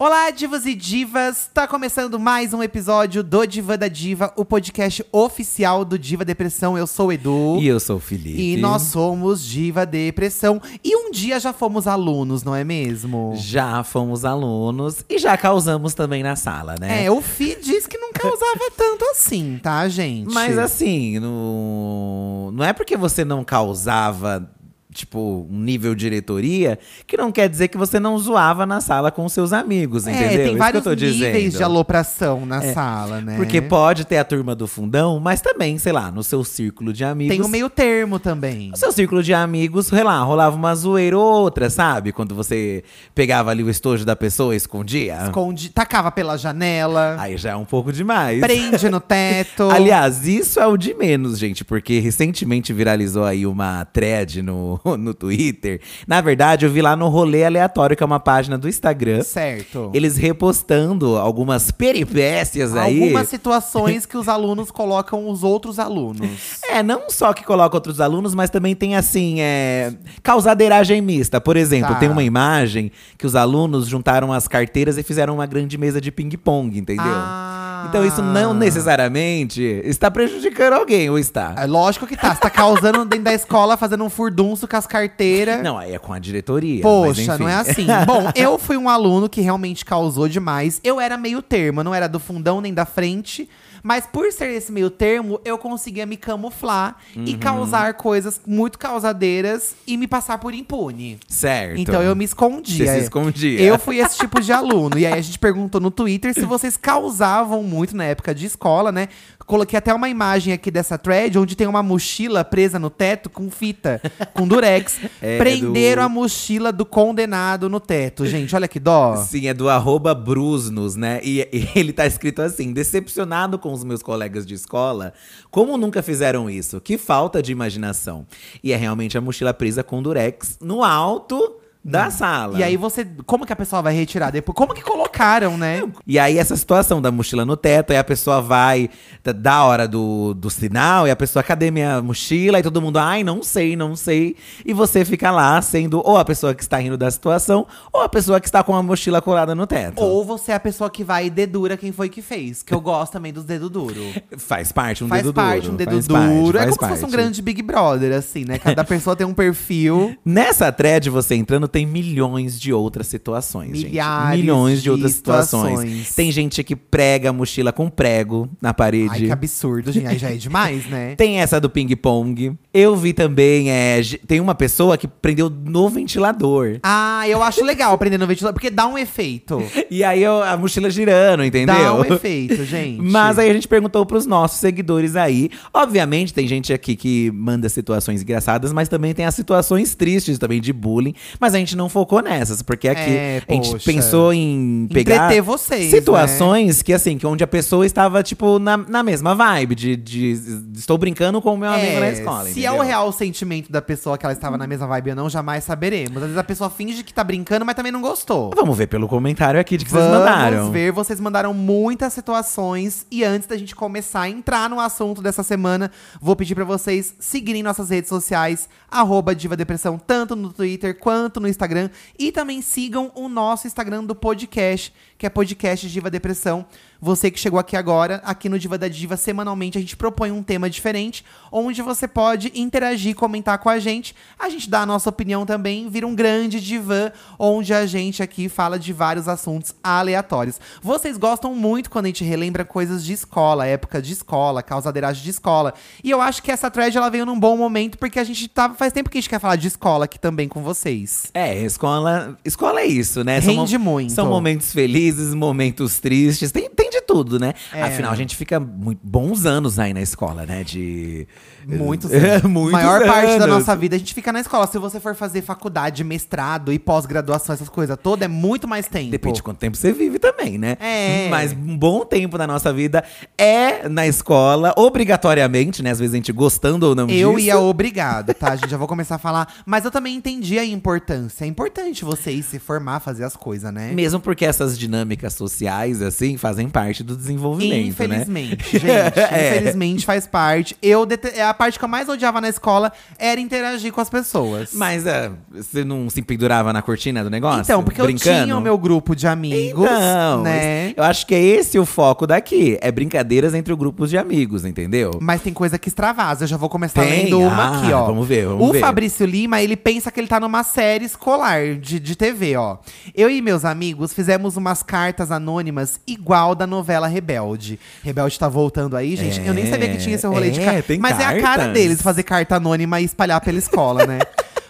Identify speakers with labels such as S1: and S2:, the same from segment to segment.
S1: Olá, divos e divas! Tá começando mais um episódio do Diva da Diva, o podcast oficial do Diva Depressão. Eu sou o Edu.
S2: E eu sou o Felipe.
S1: E nós somos Diva Depressão. E um dia já fomos alunos, não é mesmo?
S2: já fomos alunos e já causamos também na sala, né?
S1: É, o Fi diz que não causava tanto assim, tá, gente?
S2: Mas assim, no... não é porque você não causava, tipo, um nível diretoria, que não quer dizer que você não zoava na sala com seus amigos, entendeu?
S1: é,
S2: Isso
S1: tem
S2: que
S1: vários
S2: eu tô
S1: níveis
S2: dizendo. É,
S1: de alopração na sala, né?
S2: Porque pode ter a turma do fundão, mas também, sei lá, no seu círculo de amigos. Ah.
S1: tem o meio termo também.
S2: No seu círculo de amigos, sei lá, rolava uma zoeira ou outra, sabe? Quando você pegava ali o estojo da pessoa e escondia.
S1: Esconde, tacava pela janela,
S2: Aí já é um pouco demais.
S1: prende no teto.
S2: Aliás, isso é o de menos, gente, porque recentemente viralizou aí uma thread no, no Twitter. Na verdade, eu vi lá no Rolê Aleatório, que é uma página do Instagram,
S1: certo.
S2: eles repostando algumas peripécias aí.
S1: Algumas situações que os alunos colocam os outros alunos.
S2: É, não só que coloca outros alunos, mas também tem assim, é, causadeiragem mista. Por exemplo,
S1: Tá.
S2: tem uma imagem que os alunos juntaram as carteiras e fizeram uma grande mesa de ping-pong, entendeu?
S1: Ah.
S2: Então isso não necessariamente está prejudicando alguém, ou está?
S1: É lógico que tá. Você tá causando dentro da escola, fazendo um furdunço com as carteiras.
S2: Não, aí é com a diretoria. mas
S1: Poxa,
S2: enfim.
S1: não é assim. Bom, eu fui um aluno que realmente causou demais. Eu era meio termo, eu não era do fundão nem da frente. Mas por ser esse meio termo, eu conseguia me camuflar e
S2: Uhum.
S1: causar coisas muito causadeiras e me passar por impune.
S2: Certo.
S1: Então eu me escondia.
S2: Você se escondia.
S1: Eu fui esse tipo de aluno. E aí a gente perguntou no Twitter se vocês causavam muito na época de escola, né? Coloquei até uma imagem aqui dessa thread onde tem uma mochila presa no teto com fita, com durex.
S2: É,
S1: Prenderam
S2: do-
S1: a mochila do condenado no teto, gente. Olha que dó.
S2: Sim, é do arroba Brusnos, né? E, e ele tá escrito assim: decepcionado com os meus colegas de escola, como nunca fizeram isso? Que falta de imaginação. E é realmente a mochila presa com durex no alto da sala.
S1: Hum. E aí você. Como que a pessoa vai retirar depois? Como que colocaram, né?
S2: E aí, essa situação da mochila no teto, aí a pessoa vai da- da hora do, do sinal, e a pessoa, cadê minha mochila? E todo mundo, ai, não sei, não sei. E você fica lá sendo ou a pessoa que está rindo da situação, ou a pessoa que está com a mochila colada no teto.
S1: Ou você é a pessoa que vai e dedura quem foi que fez. Que eu gosto também dos dedos duros.
S2: Faz parte um
S1: faz
S2: dedo
S1: parte
S2: duro.
S1: um dedo
S2: faz
S1: duro.
S2: parte,
S1: é
S2: faz
S1: como se fosse um
S2: parte.
S1: grande Big Brother, assim, né? Cada pessoa tem um perfil.
S2: Nessa thread, você entrando, tem milhões de outras situações,
S1: Milhares
S2: gente. Milhões
S1: de
S2: de outras situações.
S1: situações.
S2: Tem gente que prega a mochila com prego na parede.
S1: Ai, que absurdo, gente. Aí já é demais, né?
S2: Tem essa do ping-pong. Eu vi também, é, ge- tem uma pessoa que prendeu no ventilador.
S1: Ah, eu acho legal aprender no ventilador, porque dá um efeito.
S2: E aí eu- a mochila girando, entendeu?
S1: Dá um efeito, gente.
S2: Mas aí a gente perguntou pros nossos seguidores aí. Obviamente, tem gente aqui que manda situações engraçadas, mas também tem as situações tristes também de bullying. Mas a gente não focou nessas, porque aqui
S1: É,
S2: a gente
S1: poxa.
S2: pensou em pegar
S1: Entreter vocês, né?
S2: situações que, assim, que onde a pessoa estava, tipo, na, na mesma vibe de, de- de- estou brincando com o meu amigo
S1: É,
S2: na escola.
S1: se é
S2: entendeu?
S1: o real sentimento da pessoa que ela estava na mesma vibe ou não, jamais saberemos. Às vezes a pessoa finge que tá brincando, mas também não gostou.
S2: Vamos ver pelo comentário aqui de que vocês
S1: Vamos
S2: mandaram.
S1: ver, vocês mandaram muitas situações e antes da gente começar a entrar no assunto dessa semana, vou pedir pra vocês seguirem nossas redes sociais arroba Diva Depressão, tanto no Twitter quanto no Instagram, e também sigam o nosso Instagram do podcast, que é podcast Diva Depressão. Você que chegou aqui agora, aqui no Diva da Diva, semanalmente a gente propõe um tema diferente, onde você pode interagir, comentar com a gente. A gente dá a nossa opinião também, vira um grande divã, onde a gente aqui fala de vários assuntos aleatórios. Vocês gostam muito quando a gente relembra coisas de escola, época de escola, causadeiragem de escola. E eu acho que essa thread ela veio num bom momento, porque a gente tá. Faz tempo que a gente quer falar de escola aqui também com vocês.
S2: É, escola, escola é isso, né? mo-
S1: Rende muito.
S2: São momentos felizes, momentos tristes, tem, tem de tudo, né?
S1: É.
S2: Afinal, a gente fica muito bons anos aí na escola, né? De
S1: Muitos
S2: É,
S1: anos.
S2: muitos
S1: maior parte da
S2: anos.
S1: nossa vida a gente fica na escola. Se você for fazer faculdade, mestrado e pós-graduação, essas coisas todas, é muito mais tempo.
S2: Depende de quanto tempo você vive também, né?
S1: É.
S2: Mas um bom tempo da nossa vida é na escola, obrigatoriamente, né? Às vezes a gente gostando ou não
S1: Eu
S2: disso.
S1: ia obrigado, tá? A gente já vou começar a falar. Mas eu também entendi a importância. É importante você ir se formar, fazer as coisas, né?
S2: Mesmo porque essas dinâmicas sociais, assim, fazem parte parte do desenvolvimento, né?
S1: Infelizmente, gente.
S2: É.
S1: Infelizmente faz parte. Eu dete- é a parte que eu mais odiava na escola era interagir com as pessoas.
S2: Mas é, você não se pendurava na cortina do negócio?
S1: então, porque
S2: brincando?
S1: eu tinha o meu grupo de amigos,
S2: Então,
S1: né?
S2: esse- eu acho que é esse o foco daqui. É brincadeiras entre grupos de amigos, entendeu?
S1: Mas tem coisa que extravasa. Eu já vou começar
S2: Tem?
S1: lendo uma
S2: Ah,
S1: aqui, ó.
S2: vamos ver, vamos
S1: o
S2: ver.
S1: Fabrício Lima, ele pensa que ele tá numa série escolar de, de TV, ó. Eu e meus amigos fizemos umas cartas anônimas igual da novela Rebelde. Rebelde tá voltando aí, gente. Eu nem sabia que tinha esse rolê de
S2: É,
S1: carta.
S2: tem
S1: Mas é a cara
S2: cartas.
S1: deles fazer carta anônima e espalhar pela escola, né?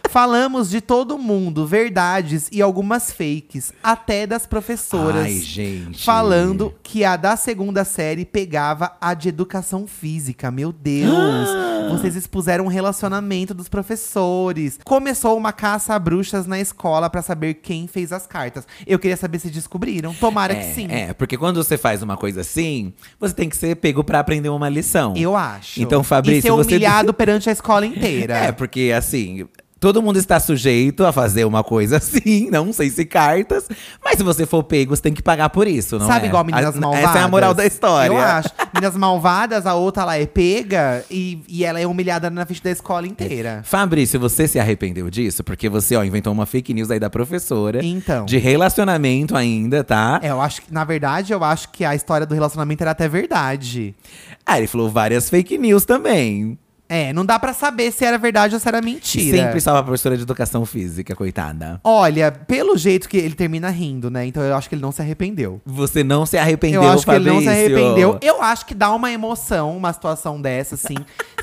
S1: Falamos de todo mundo, verdades e algumas fakes, até das professoras.
S2: Ai, gente.
S1: Falando que a da segunda série pegava a de educação física. Meu Deus! Vocês expuseram um relacionamento dos professores. Começou uma caça a bruxas na escola pra saber quem fez as cartas. Eu queria saber se descobriram. Tomara
S2: é,
S1: que sim.
S2: é, porque quando você faz uma coisa assim, você tem que ser pego pra aprender uma lição.
S1: Eu acho.
S2: Então, Fabrício,
S1: e ser
S2: você-
S1: humilhado perante a escola inteira.
S2: É, porque assim. Todo mundo está sujeito a fazer uma coisa assim, não sei se cartas, mas se você for pego, você tem que pagar por isso, não
S1: Sabe
S2: é?
S1: igual Meninas
S2: A-
S1: Malvadas?
S2: Essa é a moral da história.
S1: Eu acho. Meninas Malvadas, a outra lá é pega e, e ela é humilhada na frente da escola inteira.
S2: Fabrício, você se arrependeu disso? Porque você, ó, inventou uma fake news aí da professora.
S1: Então.
S2: De relacionamento ainda, tá?
S1: É, eu acho que, na verdade, eu acho que a história do relacionamento era até verdade.
S2: Ah, ele falou várias fake news também.
S1: É, não dá pra saber se era verdade ou se era mentira.
S2: Sempre estava a professora de educação física, coitada.
S1: Olha, pelo jeito que ele termina rindo, né? Então eu acho que ele não se arrependeu.
S2: Você não se arrependeu,
S1: eu acho
S2: Fabrício.
S1: que ele não se arrependeu. Eu acho que dá uma emoção uma situação dessa, assim.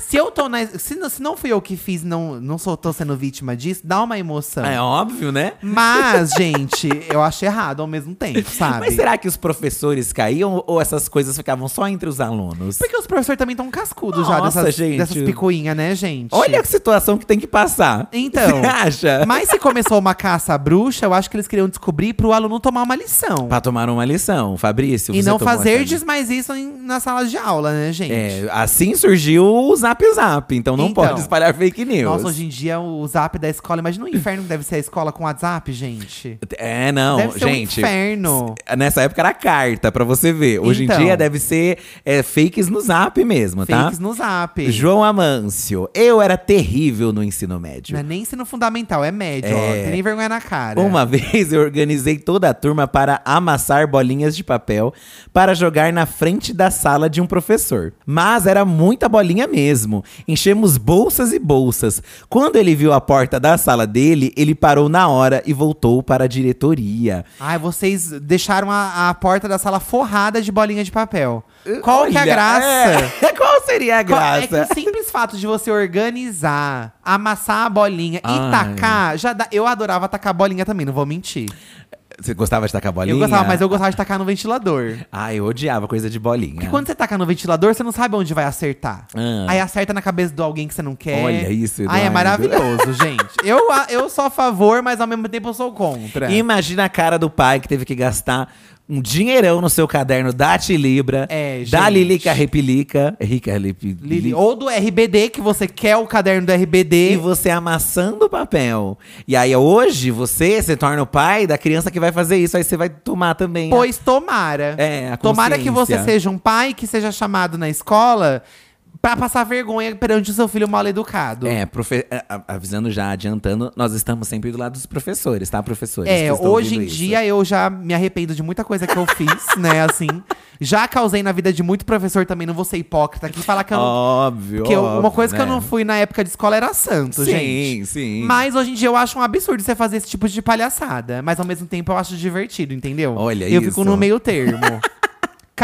S1: se eu tô na. Se não, se não fui eu que fiz, não, não sou, tô sendo vítima disso, dá uma emoção.
S2: É óbvio, né?
S1: Mas, gente, eu acho errado ao mesmo tempo, sabe?
S2: Mas será que os professores caíam ou essas coisas ficavam só entre os alunos?
S1: Porque os professores também estão cascudos já
S2: Nossa,
S1: dessas,
S2: gente.
S1: dessas picuinhas, né, gente?
S2: Olha a situação que tem que passar.
S1: Então.
S2: Você acha?
S1: Mas se começou uma caça à bruxa, eu acho que eles queriam descobrir pro aluno tomar uma lição.
S2: Pra tomar uma lição, Fabrício.
S1: Hum. E
S2: você
S1: não
S2: tomou
S1: fazer
S2: essa
S1: diz mais isso em- na sala de aula, né, gente?
S2: É, assim surgiu o Zap Zap, então não
S1: Então.
S2: pode espalhar fake news.
S1: Nossa, hoje em dia o zap da escola. Imagina o inferno que deve ser a escola com WhatsApp, gente.
S2: É, não,
S1: deve ser
S2: gente. tá?
S1: um inferno.
S2: Nessa época era carta pra você ver. Hoje
S1: Então.
S2: em dia deve ser é, fakes no Zap mesmo,
S1: Fakes
S2: tá?
S1: no zap.
S2: João Amâncio, eu era terrível no ensino médio.
S1: Não é nem ensino fundamental, é médio, ó.
S2: É.
S1: Tem nem vergonha na cara.
S2: Uma vez eu organizei toda a turma para amassar bolinhas de papel para jogar na frente da sala de um professor. Mas era muita bolinha mesmo. Enchemos bolsas e bolsas. Quando ele viu a porta da sala dele, ele parou na hora e voltou para a diretoria.
S1: Ai, vocês deixaram a, a porta da sala forrada de bolinha de papel. Qual que é a
S2: Olha,
S1: graça?
S2: é, qual seria a
S1: Co-
S2: graça?
S1: É que o simples fato de você organizar, amassar a bolinha
S2: Ai.
S1: e tacar, já dá. Eu adorava tacar a bolinha também, não vou mentir.
S2: Você gostava de tacar bolinha?
S1: Eu gostava, mas eu gostava de tacar no ventilador.
S2: Ah, eu odiava coisa de bolinha.
S1: Porque quando você taca no ventilador, você não sabe onde vai acertar.
S2: Ah.
S1: Aí acerta na cabeça de alguém que você não quer.
S2: Olha isso,
S1: Ai, é
S2: Eduardo.
S1: maravilhoso, gente. Eu, eu sou a favor, mas ao mesmo tempo eu sou contra.
S2: Imagina a cara do pai que teve que gastar um dinheirão no seu caderno da Tilibra,
S1: É,
S2: da
S1: gente.
S2: Lilica Repilica, Rica Lipi,
S1: Lili, ou do RBD, que você quer o caderno do RBD.
S2: E você amassando o papel. E aí hoje você se torna o pai da criança que vai fazer isso, aí você vai tomar também. a-
S1: Pois tomara.
S2: É, a
S1: tomara que
S2: consciência.
S1: você seja um pai que seja chamado na escola pra passar vergonha perante o seu filho mal educado.
S2: É, profe- a- a- avisando já, adiantando, nós estamos sempre do lado dos professores, tá, professores?
S1: É,
S2: que estão
S1: hoje em
S2: ouvindo isso.
S1: dia eu já me arrependo de muita coisa que eu fiz, né? Assim, já causei na vida de muito professor também, não vou ser hipócrita aqui e falar que eu não.
S2: Óbvio.
S1: que eu- uma
S2: óbvio,
S1: coisa que eu
S2: né?
S1: não fui na época de escola era santo,
S2: Sim,
S1: gente.
S2: sim.
S1: Mas hoje em dia eu acho um absurdo você fazer esse tipo de palhaçada. Mas ao mesmo tempo eu acho divertido, entendeu?
S2: Olha
S1: Eu
S2: isso.
S1: fico no meio termo.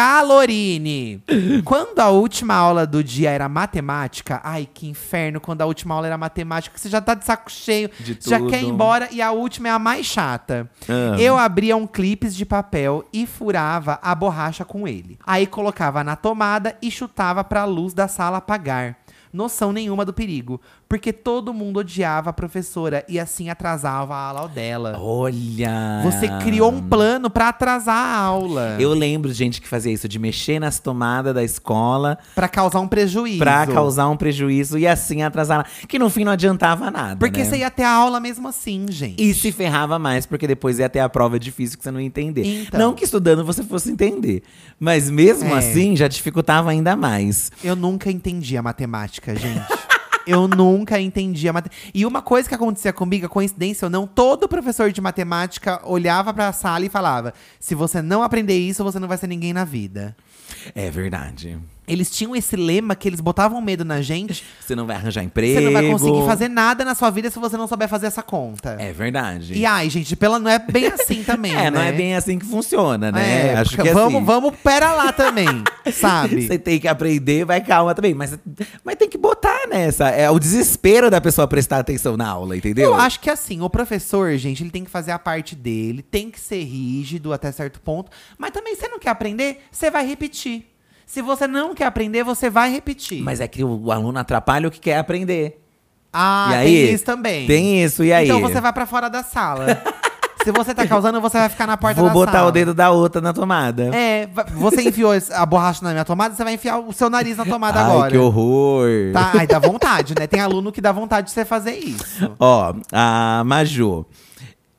S1: Calorine! Quando a última aula do dia era matemática, ai que inferno quando a última aula era matemática, que você já tá de saco cheio,
S2: De
S1: você já
S2: tudo.
S1: quer ir embora e a última é a mais chata.
S2: Ah.
S1: Eu abria um clipes de papel e furava a borracha com ele. Aí colocava na tomada e chutava pra luz da sala apagar. Noção nenhuma do perigo, Porque todo mundo odiava a professora e assim atrasava a aula dela.
S2: Olha!
S1: Você criou um plano pra atrasar a aula.
S2: Ah. Eu lembro de gente que fazia isso, de mexer nas tomadas da escola
S1: Pra causar um prejuízo.
S2: pra causar um prejuízo e assim atrasar. Que no fim não adiantava nada.
S1: Porque
S2: né?
S1: você ia ter a aula mesmo assim, gente.
S2: E se ferrava mais, porque depois ia ter a prova difícil que você não ia entender.
S1: Então.
S2: Não que estudando você fosse entender. Mas mesmo
S1: É.
S2: assim, já dificultava ainda mais.
S1: Eu nunca entendi a matemática, gente. Eu nunca entendi a matemática. E uma coisa que acontecia comigo, é coincidência ou não, todo professor de matemática olhava pra sala e falava: se você não aprender isso, você não vai ser ninguém na vida.
S2: É verdade.
S1: Eles tinham esse lema que eles botavam medo na gente.
S2: Você não vai arranjar emprego.
S1: Você não vai conseguir fazer nada na sua vida se você não souber fazer essa conta.
S2: É verdade.
S1: E ai, gente, pela não é bem assim também.
S2: é, não é
S1: né?
S2: bem assim que funciona, né?
S1: É,
S2: Acho
S1: porque
S2: que é
S1: vamos,
S2: assim.
S1: vamos, pera lá também, sabe?
S2: Você tem que aprender, vai calma também. Mas, mas tem que botar nessa. É o desespero da pessoa prestar atenção na aula, entendeu?
S1: Eu acho que assim, o professor, gente, ele tem que fazer a parte dele, tem que ser rígido até certo ponto, mas também você não quer aprender, você vai repetir. Se você não quer aprender, você vai repetir.
S2: Mas é que o aluno atrapalha o que quer aprender.
S1: ah,
S2: e aí,
S1: tem isso também.
S2: Tem isso, e aí?
S1: Então você vai pra fora da sala. Se você tá causando, você vai ficar na porta
S2: Vou
S1: da
S2: botar
S1: sala.
S2: o dedo da outra na tomada.
S1: É, va- você enfiou esse- a borracha na minha tomada, você vai enfiar o seu nariz na tomada
S2: Ai,
S1: tá agora.
S2: que horror.
S1: Tá? Aí dá vontade, né? Tem aluno que dá vontade de você fazer isso.
S2: Ó, a Maju.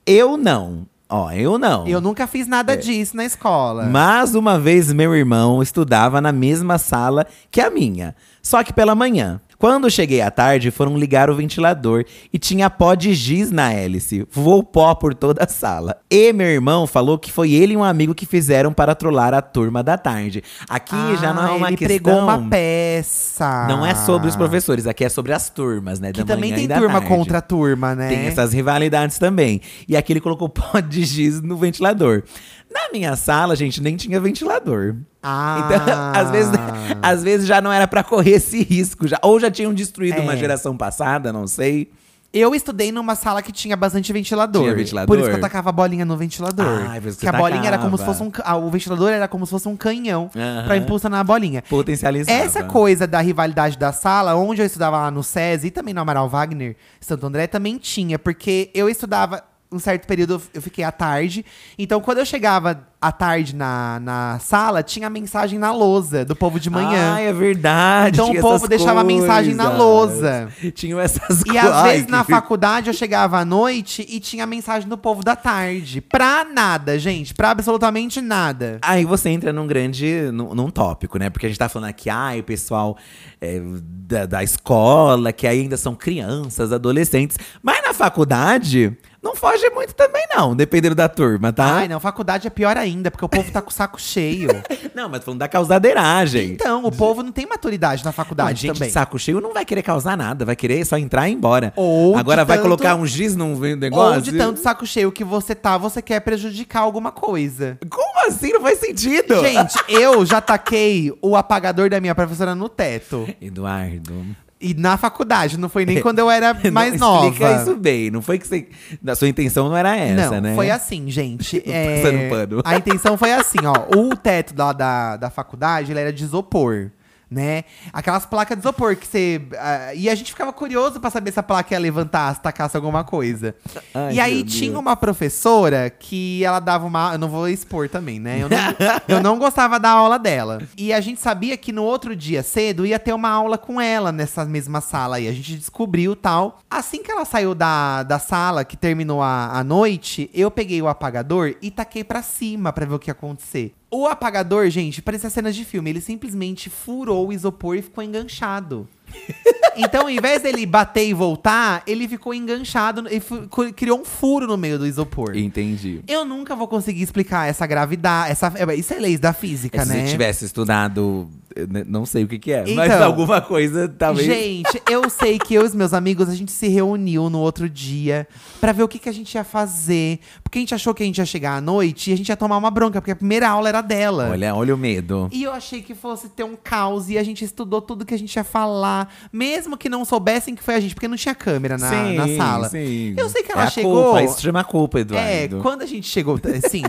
S2: Eu não. Ó, eu não.
S1: Eu nunca fiz
S2: é.
S1: nada disso na escola.
S2: Mas uma vez meu irmão estudava na mesma sala que a minha, só que pela manhã. Quando cheguei à tarde, foram ligar o ventilador e tinha pó de giz na hélice. Voou pó por toda a sala. E meu irmão falou que foi ele e um amigo que fizeram para trollar a turma da tarde. Aqui já não é
S1: Ah,
S2: uma
S1: ele
S2: questão.
S1: pregou uma peça.
S2: Não é sobre os professores, aqui é sobre as turmas, né?
S1: Que
S2: da
S1: também
S2: manhã
S1: tem
S2: e da
S1: turma
S2: tarde.
S1: contra turma, né?
S2: Tem essas rivalidades também. E aqui ele colocou pó de giz no ventilador. Na minha sala, gente, nem tinha ventilador.
S1: Ah.
S2: Então, às vezes, às vezes já não era pra correr esse risco. Já, ou já tinham destruído
S1: É.
S2: uma geração passada, não sei.
S1: Eu estudei numa sala que tinha bastante ventilador.
S2: Tinha ventilador?
S1: Por isso que eu tacava a bolinha no ventilador.
S2: Ah, é por isso que
S1: que a
S2: você
S1: bolinha era como se
S2: tacava.
S1: fosse um. ca- ah, o ventilador era como se fosse um canhão
S2: Aham.
S1: pra impulsionar a bolinha.
S2: Potencializava.
S1: Essa coisa da rivalidade da sala, onde eu estudava lá no SESI e também no Amaral Wagner, Santo André, também tinha, porque eu estudava. Um certo período eu f- eu fiquei à tarde. Então, quando eu chegava à tarde na, na sala, tinha a mensagem na lousa do povo de manhã.
S2: Ah, é verdade.
S1: Então o
S2: tinha
S1: povo
S2: essas
S1: deixava a mensagem na
S2: coisas.
S1: lousa.
S2: Tinham essas
S1: E às
S2: Ai,
S1: vezes
S2: que
S1: na faculdade eu chegava à noite e tinha a mensagem do povo da tarde. Pra nada, gente. Pra absolutamente nada.
S2: Aí você entra num grande. num, num tópico, né? Porque a gente tá falando aqui, ai, o pessoal é, da, da escola, que ainda são crianças, adolescentes. Mas na faculdade, não foge muito também, não, dependendo da turma, tá?
S1: Ai, não, faculdade é pior ainda, porque o povo tá com o saco cheio.
S2: Não, mas falando da causadeiragem.
S1: Então, o povo não tem maturidade na
S2: Não,
S1: faculdade
S2: gente de
S1: também.
S2: saco cheio não vai querer causar nada, vai querer só entrar e ir embora.
S1: Ou
S2: Agora
S1: de
S2: vai
S1: tanto-
S2: colocar um giz num negócio.
S1: Ou de tanto saco cheio que você tá, você quer prejudicar alguma coisa.
S2: Como assim? Não faz sentido.
S1: Gente, eu já taquei o apagador da minha professora no teto.
S2: Eduardo.
S1: E na faculdade, não foi nem quando eu era
S2: É. não
S1: mais nova.
S2: Explica isso bem. Não foi que você. A sua intenção não era essa,
S1: não,
S2: né?
S1: foi assim, gente. é,
S2: passando um pano.
S1: A intenção foi assim, ó. O teto da, da, da faculdade, ele era de isopor, né? Aquelas placas de isopor que você… ah, e a gente ficava curioso pra saber se a placa ia levantar, se tacasse alguma coisa.
S2: Ai,
S1: e aí,
S2: meu
S1: tinha
S2: Deus.
S1: uma professora que ela dava uma… Eu não vou expor também, né? Eu não, eu não gostava da aula dela. E a gente sabia que no outro dia cedo, ia ter uma aula com ela nessa mesma sala aí. A gente descobriu tal. Assim que ela saiu da, da sala, que terminou a, a noite, eu peguei o apagador e taquei pra cima pra ver o que ia acontecer. O apagador, gente, parecia cenas de filme. Ele simplesmente furou o isopor e ficou enganchado. Então, ao invés dele bater e voltar, ele ficou enganchado e fu- cu- criou um furo no meio do isopor.
S2: um- Entendi.
S1: Eu nunca vou conseguir explicar essa gravidade, essa isso é leis da física,
S2: se
S1: né?
S2: você tivesse estudado, eu ne- não sei o que, que é, mas
S1: Então.
S2: alguma coisa talvez.
S1: Gente, eu sei que eu e os meus amigos, a gente se reuniu no outro dia pra ver o que, que a gente ia fazer. Porque a gente achou que a gente ia chegar à noite e a gente ia tomar uma bronca, porque a primeira aula era dela.
S2: Olha, olha o medo.
S1: E eu achei que fosse ter um caos e a gente estudou tudo que a gente ia falar, mesmo que não soubessem que foi a gente, porque não tinha câmera na, na sala.
S2: sim.
S1: Eu sei que
S2: É
S1: ela
S2: a
S1: chegou.
S2: Culpa, isso chama culpa, Eduardo.
S1: É, quando a gente chegou, assim,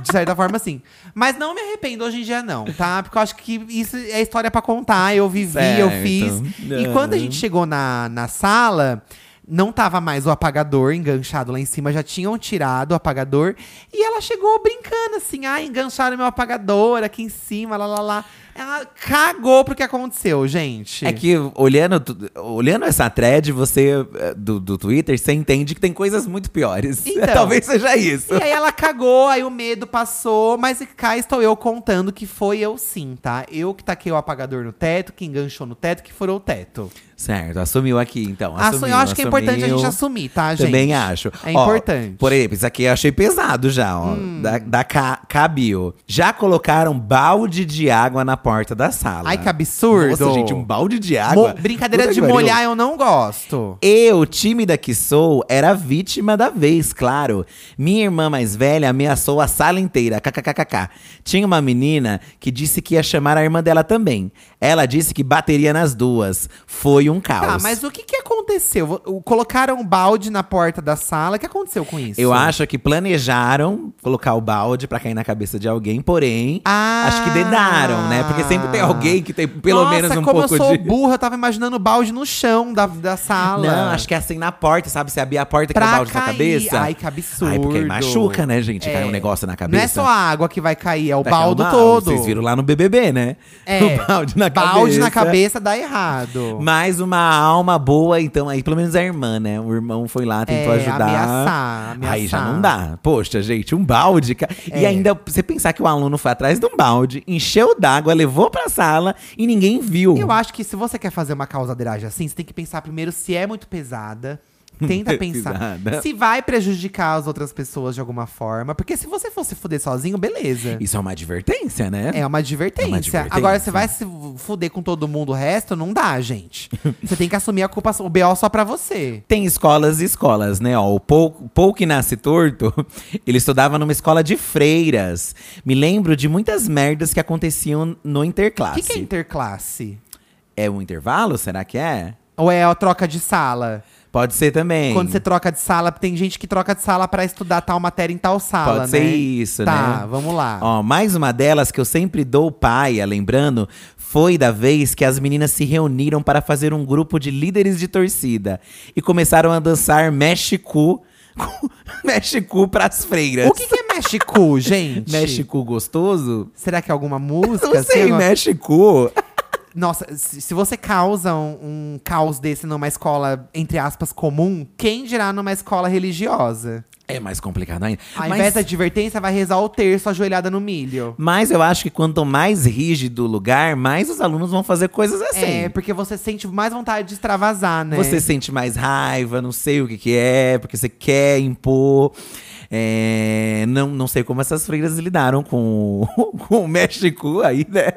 S1: de certa forma, sim. Mas não me arrependo hoje em dia, não, tá? Porque eu acho que isso é história pra contar. Eu vivi, eu
S2: Certo.
S1: fiz. E quando a gente chegou na, na sala, não tava mais o apagador enganchado lá em cima, já tinham tirado o apagador. E ela chegou brincando assim: ah, engancharam meu apagador aqui em cima, lá, lá, lá. Ela cagou pro que aconteceu, gente.
S2: É que olhando, tu- olhando essa thread, você eh, do, do Twitter, você entende que tem coisas muito piores.
S1: Então.
S2: Talvez seja isso.
S1: E é aí ela cagou, aí o medo passou, mas cá estou eu contando que foi eu sim, tá? Eu que taquei o apagador no teto, que enganchou no teto, que furou o teto.
S2: Certo, assumiu aqui, então.
S1: Assu-
S2: Assumiu,
S1: eu acho que é importante a
S2: assumiu.
S1: gente assumir, tá, gente?
S2: Também acho.
S1: É
S2: Ó,
S1: importante. Hum.
S2: por exemplo, isso aqui eu achei pesado já, ó. Da, da Ca- Cabio. Já colocaram balde de água na porta da sala.
S1: Ai, que absurdo.
S2: Nossa, gente, um balde de
S1: Mo-
S2: água.
S1: brincadeira
S2: Puta
S1: de
S2: que pariu.
S1: molhar eu não gosto.
S2: Eu, tímida que sou, era vítima da vez, claro. Minha irmã mais velha ameaçou a sala inteira, kkkk. Tinha uma menina que disse que ia chamar a irmã dela também. Ela disse que bateria nas duas. Foi um caos.
S1: Tá, mas o que que aconteceu? Vo- o- Colocaram um balde na porta da sala. O que aconteceu com isso?
S2: Eu acho que planejaram colocar o balde pra cair na cabeça de alguém, porém,
S1: Ah!
S2: acho que dedaram, né? Porque sempre tem alguém que tem pelo
S1: Nossa,
S2: menos um
S1: como
S2: pouco
S1: eu sou
S2: de.
S1: burra, eu tava imaginando o balde no chão da, da sala.
S2: Não, acho que é assim na porta, sabe? Você abrir a porta que tem o balde na cabeça.
S1: Ai, que absurdo.
S2: Ai, porque aí machuca, né, gente?
S1: É.
S2: Cai um negócio na cabeça.
S1: Não é só a água que vai cair, é o
S2: Vai cair um
S1: baldo todo.
S2: Vocês viram lá no BBB, né?
S1: É.
S2: O balde na cabeça.
S1: Balde na cabeça dá errado.
S2: Mais uma alma boa, então aí pelo menos a irmã, né? O irmão foi lá, tentou
S1: É,
S2: ajudar.
S1: ameaçar,
S2: Aí já
S1: ameaçar.
S2: não dá. Poxa, gente, um balde. ca- E
S1: É.
S2: ainda você pensar que o aluno foi atrás de um balde, encheu d'água, levou pra sala e ninguém viu.
S1: Eu acho que se você quer fazer uma causadeiragem assim, você tem que pensar primeiro se é muito pesada. Tenta pensar
S2: Pesada.
S1: se vai prejudicar as outras pessoas de alguma forma. Porque se você fosse fuder sozinho, beleza.
S2: Isso é uma advertência, né?
S1: É uma advertência.
S2: É uma advertência.
S1: Agora, você vai se fuder com todo mundo o resto, não dá, gente. você tem que assumir a culpa, o BO só pra você.
S2: Tem escolas e escolas, né? Ó, o Paul, Paul que nasce torto, ele estudava numa escola de freiras. Me lembro de muitas merdas que aconteciam no
S1: O
S2: interclasse.
S1: que, que é interclasse?
S2: É um intervalo? Será que é?
S1: Ou é a troca de sala?
S2: Pode ser também.
S1: Quando você troca de sala, tem gente que troca de sala pra estudar tal matéria em tal sala,
S2: Pode
S1: né?
S2: ser isso,
S1: tá,
S2: né?
S1: vamos lá.
S2: Ó, mais uma delas que eu sempre dou paia, lembrando, foi da vez que as meninas se reuniram para fazer um grupo de líderes de torcida e começaram a dançar México, México pras freiras.
S1: O que, que é México, gente?
S2: México gostoso? assim,
S1: Será que é alguma música?
S2: Não sei, né?
S1: Será-
S2: México.
S1: Nossa, se se você causa um, um caos desse numa escola, entre aspas, comum, quem dirá numa escola religiosa?
S2: É mais complicado ainda.
S1: Ao
S2: Mas-
S1: invés da advertência, vai rezar o terço ajoelhada no milho.
S2: Mas eu acho que quanto mais rígido o lugar, mais os alunos vão fazer coisas assim.
S1: É, porque você sente mais vontade de extravasar, né?
S2: Você sente mais raiva, não sei o que que é, porque você quer impor. É, não, não sei como essas freiras lidaram com, o- com o México aí, né?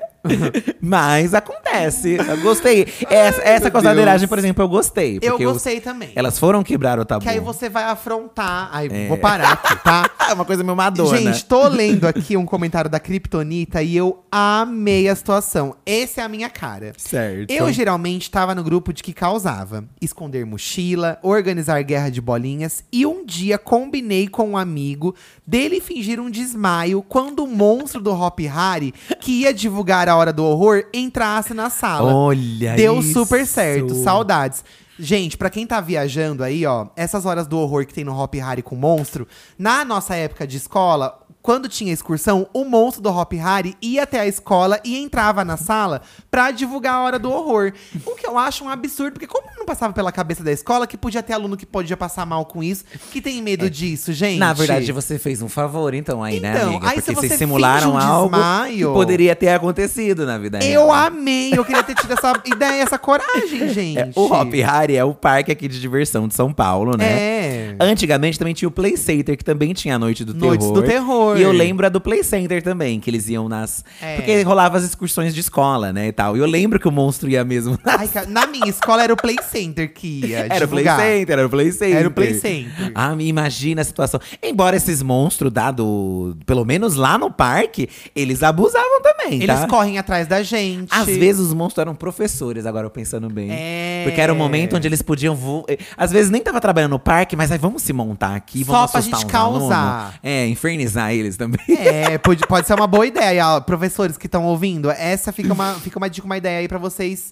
S2: Mas acontece. Eu gostei. É, Essa, essa causadeiragem, por exemplo, eu gostei.
S1: Eu
S2: porque os-
S1: gostei também.
S2: elas foram quebrar o tabu.
S1: Que aí você vai afrontar. Ai, vou parar aqui, tá?
S2: Ah, é uma coisa meio madona.
S1: Gente, tô lendo aqui um comentário da Kryptonita e eu amei a situação. Essa é a minha cara.
S2: certo.
S1: Eu geralmente tava no grupo de que causava esconder mochila, organizar guerra de bolinhas e um dia combinei com um amigo dele fingir um desmaio quando o monstro do Hop Harry, que ia divulgar a hora do horror, entrasse na sala.
S2: Olha
S1: Deu
S2: isso.
S1: super certo, saudades. Gente, pra quem tá viajando aí, ó, essas horas do horror que tem no Hop Harry com monstro, na nossa época de escola, quando tinha excursão, o monstro do Hop Harry ia até a escola e entrava na sala pra divulgar a hora do horror. O que eu acho um absurdo, porque como não passava pela cabeça da escola que podia ter aluno que podia passar mal com isso, que tem medo disso, gente?
S2: É. Na verdade, você fez um favor, então, aí, né,
S1: Então,
S2: amiga?
S1: aí se
S2: Porque
S1: você
S2: vocês simularam
S1: finge um
S2: algo que
S1: desmaio-
S2: poderia ter acontecido na vida
S1: Eu
S2: real.
S1: amei, eu queria ter tido essa ideia, essa coragem, gente.
S2: né? É, o Hop Harry é o parque aqui de diversão de São Paulo, né?
S1: É.
S2: Antigamente também tinha o Play Center, que também tinha a Noite do
S1: Noites
S2: Terror.
S1: do Terror.
S2: E eu lembro a do Play Center também, que eles iam nas.
S1: É.
S2: Porque rolava as excursões de escola, né? E tal. E eu lembro que o monstro ia mesmo.
S1: Ai, cara, na minha escola era o Play Center que ia
S2: Era o Play
S1: divulgar.
S2: Center, era o Play Center.
S1: É Era o Play Center.
S2: Ah, me imagina a situação. Embora esses monstros, dado, pelo menos lá no parque, eles abusavam também,
S1: Eles
S2: tá?
S1: correm atrás da gente.
S2: Às vezes os monstros eram professores, agora eu pensando bem.
S1: É.
S2: Porque era o momento onde eles podiam. vo- eh, Às vezes nem tava trabalhando no parque, mas aí vamos vamos se montar aqui,
S1: Só
S2: vamos
S1: pra
S2: assustar
S1: gente
S2: uns alunos.
S1: causar.
S2: É, infernizar eles também.
S1: É, pode, pode ser uma boa ideia, ó, professores que estão ouvindo. Essa fica uma, fica uma dica, uma ideia aí pra vocês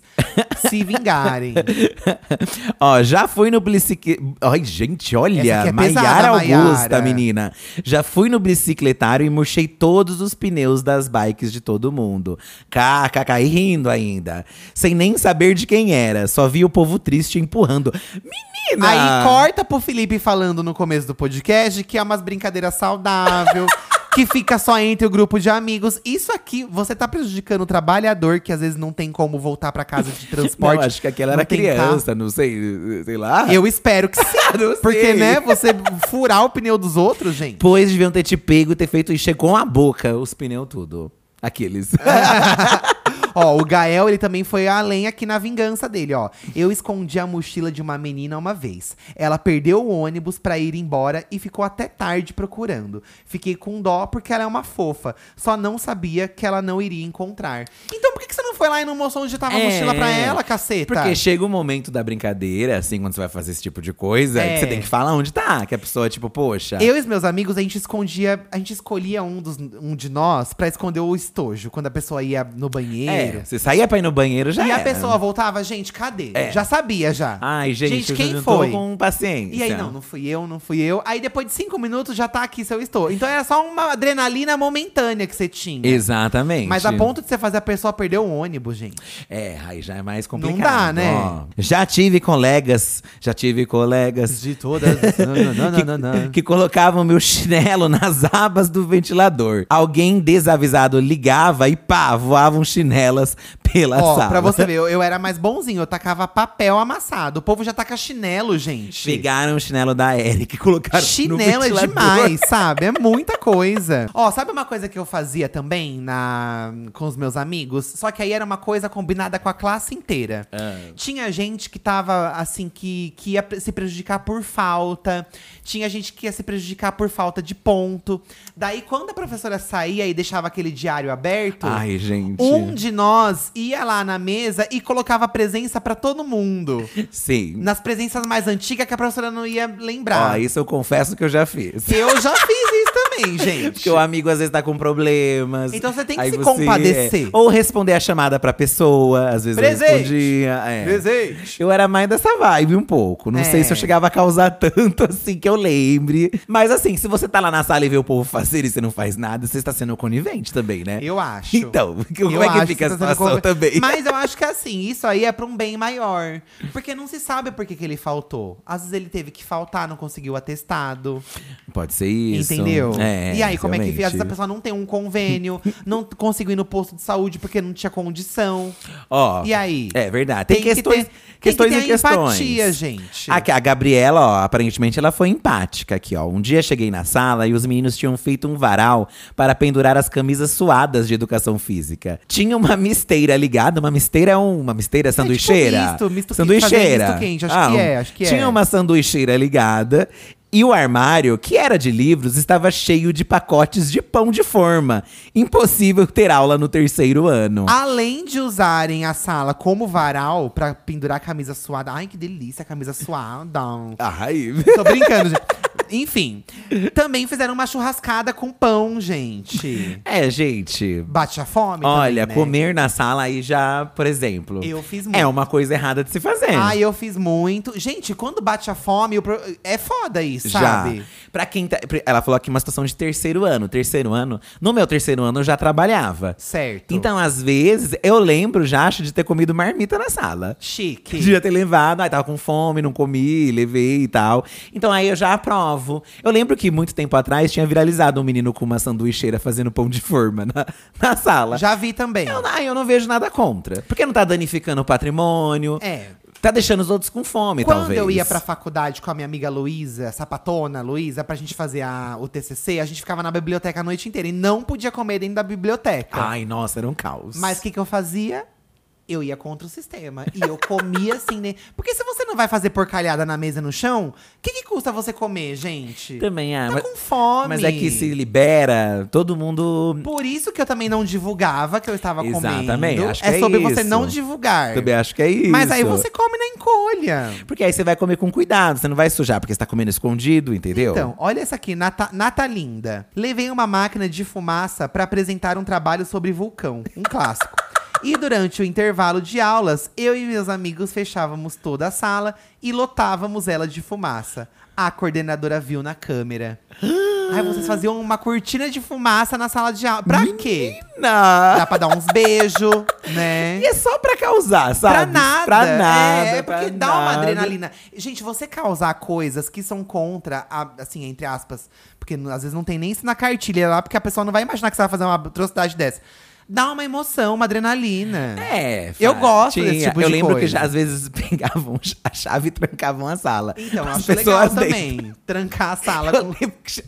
S1: se vingarem.
S2: Ó, já fui no bicicletário. Ai, gente,
S1: Essa
S2: olha,
S1: aqui é pesada,
S2: Maiara Augusta,
S1: Maiara.
S2: menina. Já fui no bicicletário e murchei todos os pneus das bikes de todo mundo. KKK, e rindo ainda. Sem nem saber de quem era, só vi o povo triste empurrando. Menina!
S1: Aí corta pro Felipe falando no começo do podcast que é umas brincadeiras saudável. Que fica só entre o grupo de amigos. Isso aqui, você tá prejudicando o trabalhador que às vezes não tem como voltar pra casa de transporte.
S2: Não, acho que aquela
S1: não
S2: era
S1: tem
S2: criança, não sei, sei lá.
S1: carro. Eu espero que sim.
S2: Não sei.
S1: Porque, né, você furar o pneu dos outros, gente.
S2: Pois deviam ter te pego e ter feito encher com a boca os pneus tudo. É, Aqueles.
S1: É, tá. Ó, o Gael, ele também foi além aqui na vingança dele, ó. Eu escondi a mochila de uma menina uma vez. Ela perdeu o ônibus pra ir embora e ficou até tarde procurando. Fiquei com dó porque ela é uma fofa. Só não sabia que ela não iria encontrar. Então por que, que você não foi lá e não mostrou onde tava a
S2: É.
S1: mochila pra ela, caceta?
S2: Porque chega o momento da brincadeira, assim, quando você vai fazer esse tipo de coisa,
S1: É.
S2: que você tem que falar onde tá. Que a pessoa, tipo, poxa.
S1: Eu e os meus amigos, a gente escondia, a gente escolhia um, dos, um de nós pra esconder o estojo quando a pessoa ia no banheiro.
S2: É, você saía pra ir no banheiro, já
S1: e a
S2: era.
S1: pessoa voltava, gente, cadê?
S2: É.
S1: Já sabia já.
S2: Ai, gente,
S1: Gente,
S2: eu
S1: quem
S2: já não
S1: foi?
S2: Tô com paciência.
S1: E aí, não, não fui eu, não fui eu. Aí depois de cinco minutos já tá aqui se eu estou. Então era só uma adrenalina momentânea que você tinha.
S2: Exatamente.
S1: Mas a ponto de você fazer a pessoa perder o ônibus, gente.
S2: É, aí já é mais
S1: Não
S2: complicado.
S1: dá, né?
S2: ó. Já tive colegas, já tive colegas
S1: De todas.
S2: que, que colocavam meu chinelo nas abas do ventilador. Alguém desavisado ligava e pá, voavam chinelas pela
S1: Ó,
S2: sala.
S1: pra você ver, eu, eu era mais bonzinho, eu tacava papel amassado. O povo já taca chinelo, gente.
S2: Pegaram o chinelo da Eric e colocaram no
S1: Chinelo é
S2: ventilador.
S1: demais, sabe? É muita coisa. Ó, sabe uma coisa que eu fazia também na com os meus amigos? Só que aí era uma coisa combinada com a classe inteira.
S2: Ah.
S1: Tinha gente que tava, assim, que, que ia pre- se prejudicar por falta. Tinha gente que ia se prejudicar por falta de ponto. Daí, quando a professora saía e deixava aquele diário aberto…
S2: Ai, gente.
S1: Um de nós ia lá na mesa e colocava presença pra todo mundo.
S2: Sim.
S1: Nas presenças mais antigas que a professora não ia lembrar.
S2: Ó, isso eu confesso que eu já fiz.
S1: Eu já fiz isso também, gente.
S2: Porque o amigo às vezes tá com problemas.
S1: Então você tem que
S2: Aí
S1: se
S2: você,
S1: compadecer.
S2: é, ou responder a chamada pra pessoa, às vezes
S1: Presente.
S2: eu respondia. é.
S1: Desejo.
S2: Eu era mais dessa vibe um pouco. Não
S1: É.
S2: sei se eu chegava a causar tanto assim que eu lembre. Mas assim, se você tá lá na sala e vê o povo fazer e você não faz nada, você está sendo conivente também, né?
S1: Eu acho.
S2: Então, como
S1: Eu
S2: é que
S1: acho
S2: fica a
S1: você tá sendo
S2: situação
S1: conven-
S2: também?
S1: Mas eu acho que assim, isso aí é pra um bem maior. Porque não se sabe por que, que ele faltou. Às vezes ele teve que faltar, não conseguiu o atestado.
S2: Pode ser isso.
S1: Entendeu?
S2: É,
S1: e aí, como é que
S2: realmente.
S1: fica? Às vezes a pessoa não tem um convênio, não conseguiu ir no posto de saúde porque não tinha condição.
S2: Ó,
S1: E aí?
S2: É verdade. Tem,
S1: que
S2: questões,
S1: ter-
S2: questões
S1: tem que ter
S2: e questões.
S1: empatia, gente.
S2: Aqui, a Gabriela, ó, aparentemente ela foi empática aqui, ó. Um dia cheguei na sala e os meninos tinham feito um varal para pendurar as camisas suadas de educação física. Tinha uma misteira ligada, uma misteira é um- uma misteira sanduicheira.
S1: tipo misto, misto quente,
S2: sanduicheira. Ah, um,
S1: fazer misto quente, acho que é, acho que
S2: tinha
S1: é.
S2: uma sanduicheira ligada. E o armário, que era de livros, estava cheio de pacotes de pão de forma. Impossível ter aula no terceiro ano.
S1: Ah. Além de usarem a sala como varal pra pendurar a camisa suada. Ai, que delícia, a camisa suada.
S2: Ai,
S1: Tô brincando, gente. Enfim, também fizeram uma churrascada com pão, gente.
S2: É, gente.
S1: Bate a fome?
S2: Olha,
S1: também, né?
S2: comer na sala aí já, por exemplo.
S1: Eu fiz muito.
S2: É uma coisa errada de se fazer.
S1: Ah, eu fiz muito. Gente, quando bate a fome, o pro- é foda isso, sabe?
S2: Já. Pra quem tá, pra- ela falou aqui uma situação de terceiro ano. Terceiro ano, no meu terceiro ano eu já trabalhava.
S1: Certo.
S2: Então, às vezes, eu lembro, já acho, de ter comido marmita na sala.
S1: Chique.
S2: Devia ter levado, aí tava com fome, não comi, levei e tal. Então aí eu já aprovo. Eu lembro que muito tempo atrás tinha viralizado um menino com uma sanduicheira fazendo pão de forma na, na sala.
S1: Já vi também.
S2: Eu, ah, eu não vejo nada contra. Porque não tá danificando o patrimônio.
S1: É.
S2: Tá deixando os outros com fome,
S1: Quando
S2: talvez.
S1: eu ia pra faculdade com a minha amiga Luísa, sapatona Luísa, pra gente fazer a- o TCC, a gente ficava na biblioteca a
S2: Ah,
S1: noite inteira e não podia comer dentro da biblioteca.
S2: Ai, nossa, era um caos.
S1: Mas o que, que eu fazia? eu ia contra o sistema. E eu comia assim, né? Porque se você não vai fazer porcalhada na mesa e no chão, o que, que custa você comer, gente?
S2: Também, ah,
S1: Tá
S2: mas,
S1: com fome.
S2: mas é que se libera, todo mundo.
S1: Por isso que eu também não divulgava que eu estava comendo.
S2: Exatamente, acho que
S1: é
S2: é
S1: sobre você
S2: isso.
S1: não divulgar.
S2: Também acho que é isso.
S1: Mas aí você come na encolha.
S2: Porque aí você vai comer com cuidado, você não vai sujar, porque você tá comendo escondido, entendeu?
S1: Então, olha essa aqui, Nata, Natalinda. Levei uma máquina de fumaça para apresentar um trabalho sobre vulcão, um clássico. E durante o intervalo de aulas, eu e meus amigos fechávamos toda a sala e lotávamos ela de fumaça. A coordenadora viu na câmera. Aí vocês faziam uma cortina de fumaça na sala de aula. Pra quê?
S2: Não.
S1: Dá pra dar uns beijos, né?
S2: E é só pra causar, sabe?
S1: Pra nada.
S2: Pra nada.
S1: É,
S2: pra
S1: porque dá uma
S2: nada.
S1: adrenalina. Gente, você causar coisas que são contra, a- assim, entre aspas, porque n- às vezes não tem nem isso na cartilha lá, porque a pessoa não vai imaginar que você vai fazer uma atrocidade dessa. Dá uma emoção, uma adrenalina.
S2: É,
S1: Eu
S2: fa-
S1: gosto desse
S2: tinha.
S1: tipo
S2: Eu
S1: de
S2: lembro que
S1: coisa.
S2: já, às vezes pegavam um, a chave e trancavam a sala.
S1: Então, eu
S2: As
S1: acho legal
S2: pessoas
S1: também. Trancar a sala
S2: Eu
S1: com.
S2: lembro que já-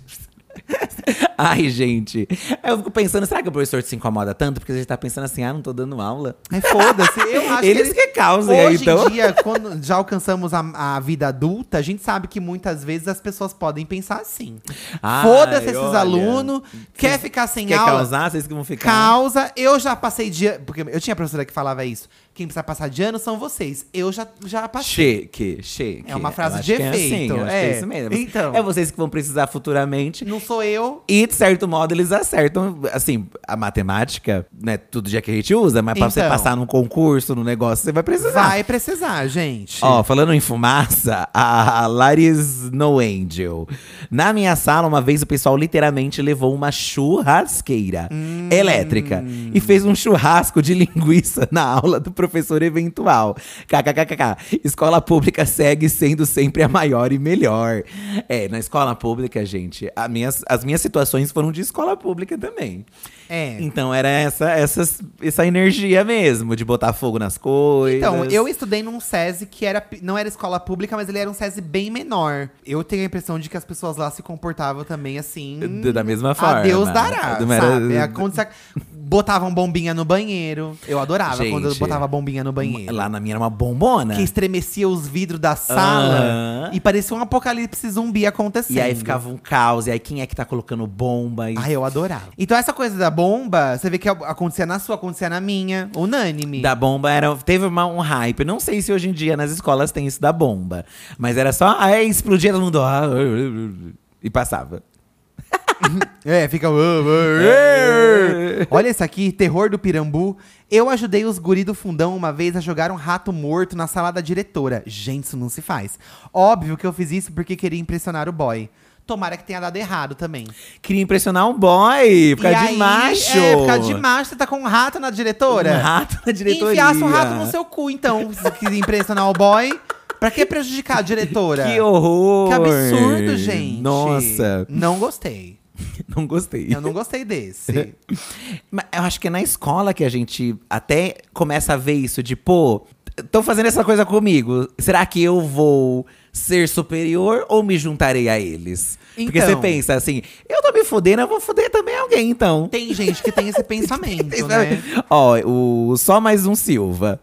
S2: Ai, gente. Eu fico pensando, será que o professor se incomoda tanto? Porque a gente tá pensando assim, ah, não tô dando aula.
S1: Ai, foda-se. Eu acho
S2: eles
S1: que.
S2: que causam aí,
S1: Hoje
S2: então.
S1: em dia, quando já alcançamos a, a vida adulta, a gente sabe que muitas vezes as pessoas podem pensar assim.
S2: Ai,
S1: Foda-se esses
S2: olha.
S1: alunos, quer ficar sem
S2: Quer
S1: aula?
S2: causar? Vocês que vão ficar.
S1: causa. Eu já passei de ano. Porque eu tinha professora que falava isso. Quem precisa passar de ano são vocês. Eu já, já passei.
S2: Cheque, cheque.
S1: É uma
S2: Eu
S1: frase
S2: acho
S1: de
S2: que é assim,
S1: efeito,
S2: eu acho que
S1: é.
S2: é isso mesmo.
S1: Então.
S2: É vocês que vão precisar futuramente.
S1: Não sou eu.
S2: E, de certo modo, eles acertam. Assim, a matemática, né? Todo dia que a gente usa, mas pra você
S1: Então.
S2: passar num concurso, num negócio, você vai precisar.
S1: Vai precisar, gente.
S2: Ó, falando em fumaça, a Laris No Angel. Na minha sala, uma vez o pessoal literalmente levou uma churrasqueira
S1: Hum.
S2: elétrica e fez um churrasco de linguiça na aula do professor eventual. KKKKK. Escola pública segue sendo sempre a maior e melhor. É, na escola pública, gente, a minhas, as minhas situações foram de escola pública também.
S1: É.
S2: Então era essa, essa, essa energia mesmo, de botar fogo nas coisas.
S1: Então, eu estudei num SESI que era, pi- não era escola pública, mas ele era um SESI bem menor. Eu tenho a impressão de que as pessoas lá se comportavam também assim.
S2: D- Da mesma forma. né?
S1: A Deus dará,
S2: Do-
S1: sabe? É quando você- botavam bombinha no banheiro. Eu adorava quando eu
S2: Gente,
S1: botava bombinha no banheiro.
S2: É, Lá na minha era uma bombona.
S1: Que estremecia os vidros da sala.
S2: É. Aham.
S1: E parecia um apocalipse zumbi acontecendo.
S2: E aí ficava um caos. E aí quem é que tá colocando bomba? E...
S1: Ah, eu adorava. Então essa coisa da bomba, você vê que acontecia na sua, acontecia na minha. Unânime.
S2: Da bomba era. Teve uma- um hype. Não sei se hoje em dia nas escolas tem isso da bomba. Mas era só. Aí explodia todo mundo. ah, E passava.
S1: É, fica.
S2: É.
S1: é." Olha esse aqui, terror do pirambu. Eu ajudei os guri do fundão uma vez a jogar um rato morto na sala da diretora. Gente, isso não se faz. Óbvio que eu fiz isso porque queria impressionar o boy. Tomara que tenha dado errado também.
S2: Queria impressionar um boy. Ficar
S1: E
S2: de
S1: aí,
S2: macho.
S1: É, ficar de macho, você tá com um rato na diretora.
S2: Um rato na diretoria.
S1: Enfiasse um rato no seu cu, então. Se quis impressionar o boy. Pra que prejudicar a diretora?
S2: Que horror.
S1: Que absurdo, gente.
S2: Nossa.
S1: Não gostei.
S2: Não gostei.
S1: Eu não gostei desse.
S2: Mas eu acho que é na escola que a gente até começa a ver isso de, pô, estão fazendo essa coisa comigo. Será que eu vou ser superior ou me juntarei a eles? Porque
S1: Então.
S2: você pensa assim, eu tô me fodendo, eu vou foder também alguém, então.
S1: Tem gente que tem esse pensamento, né?
S2: Ó, o só mais um Silva.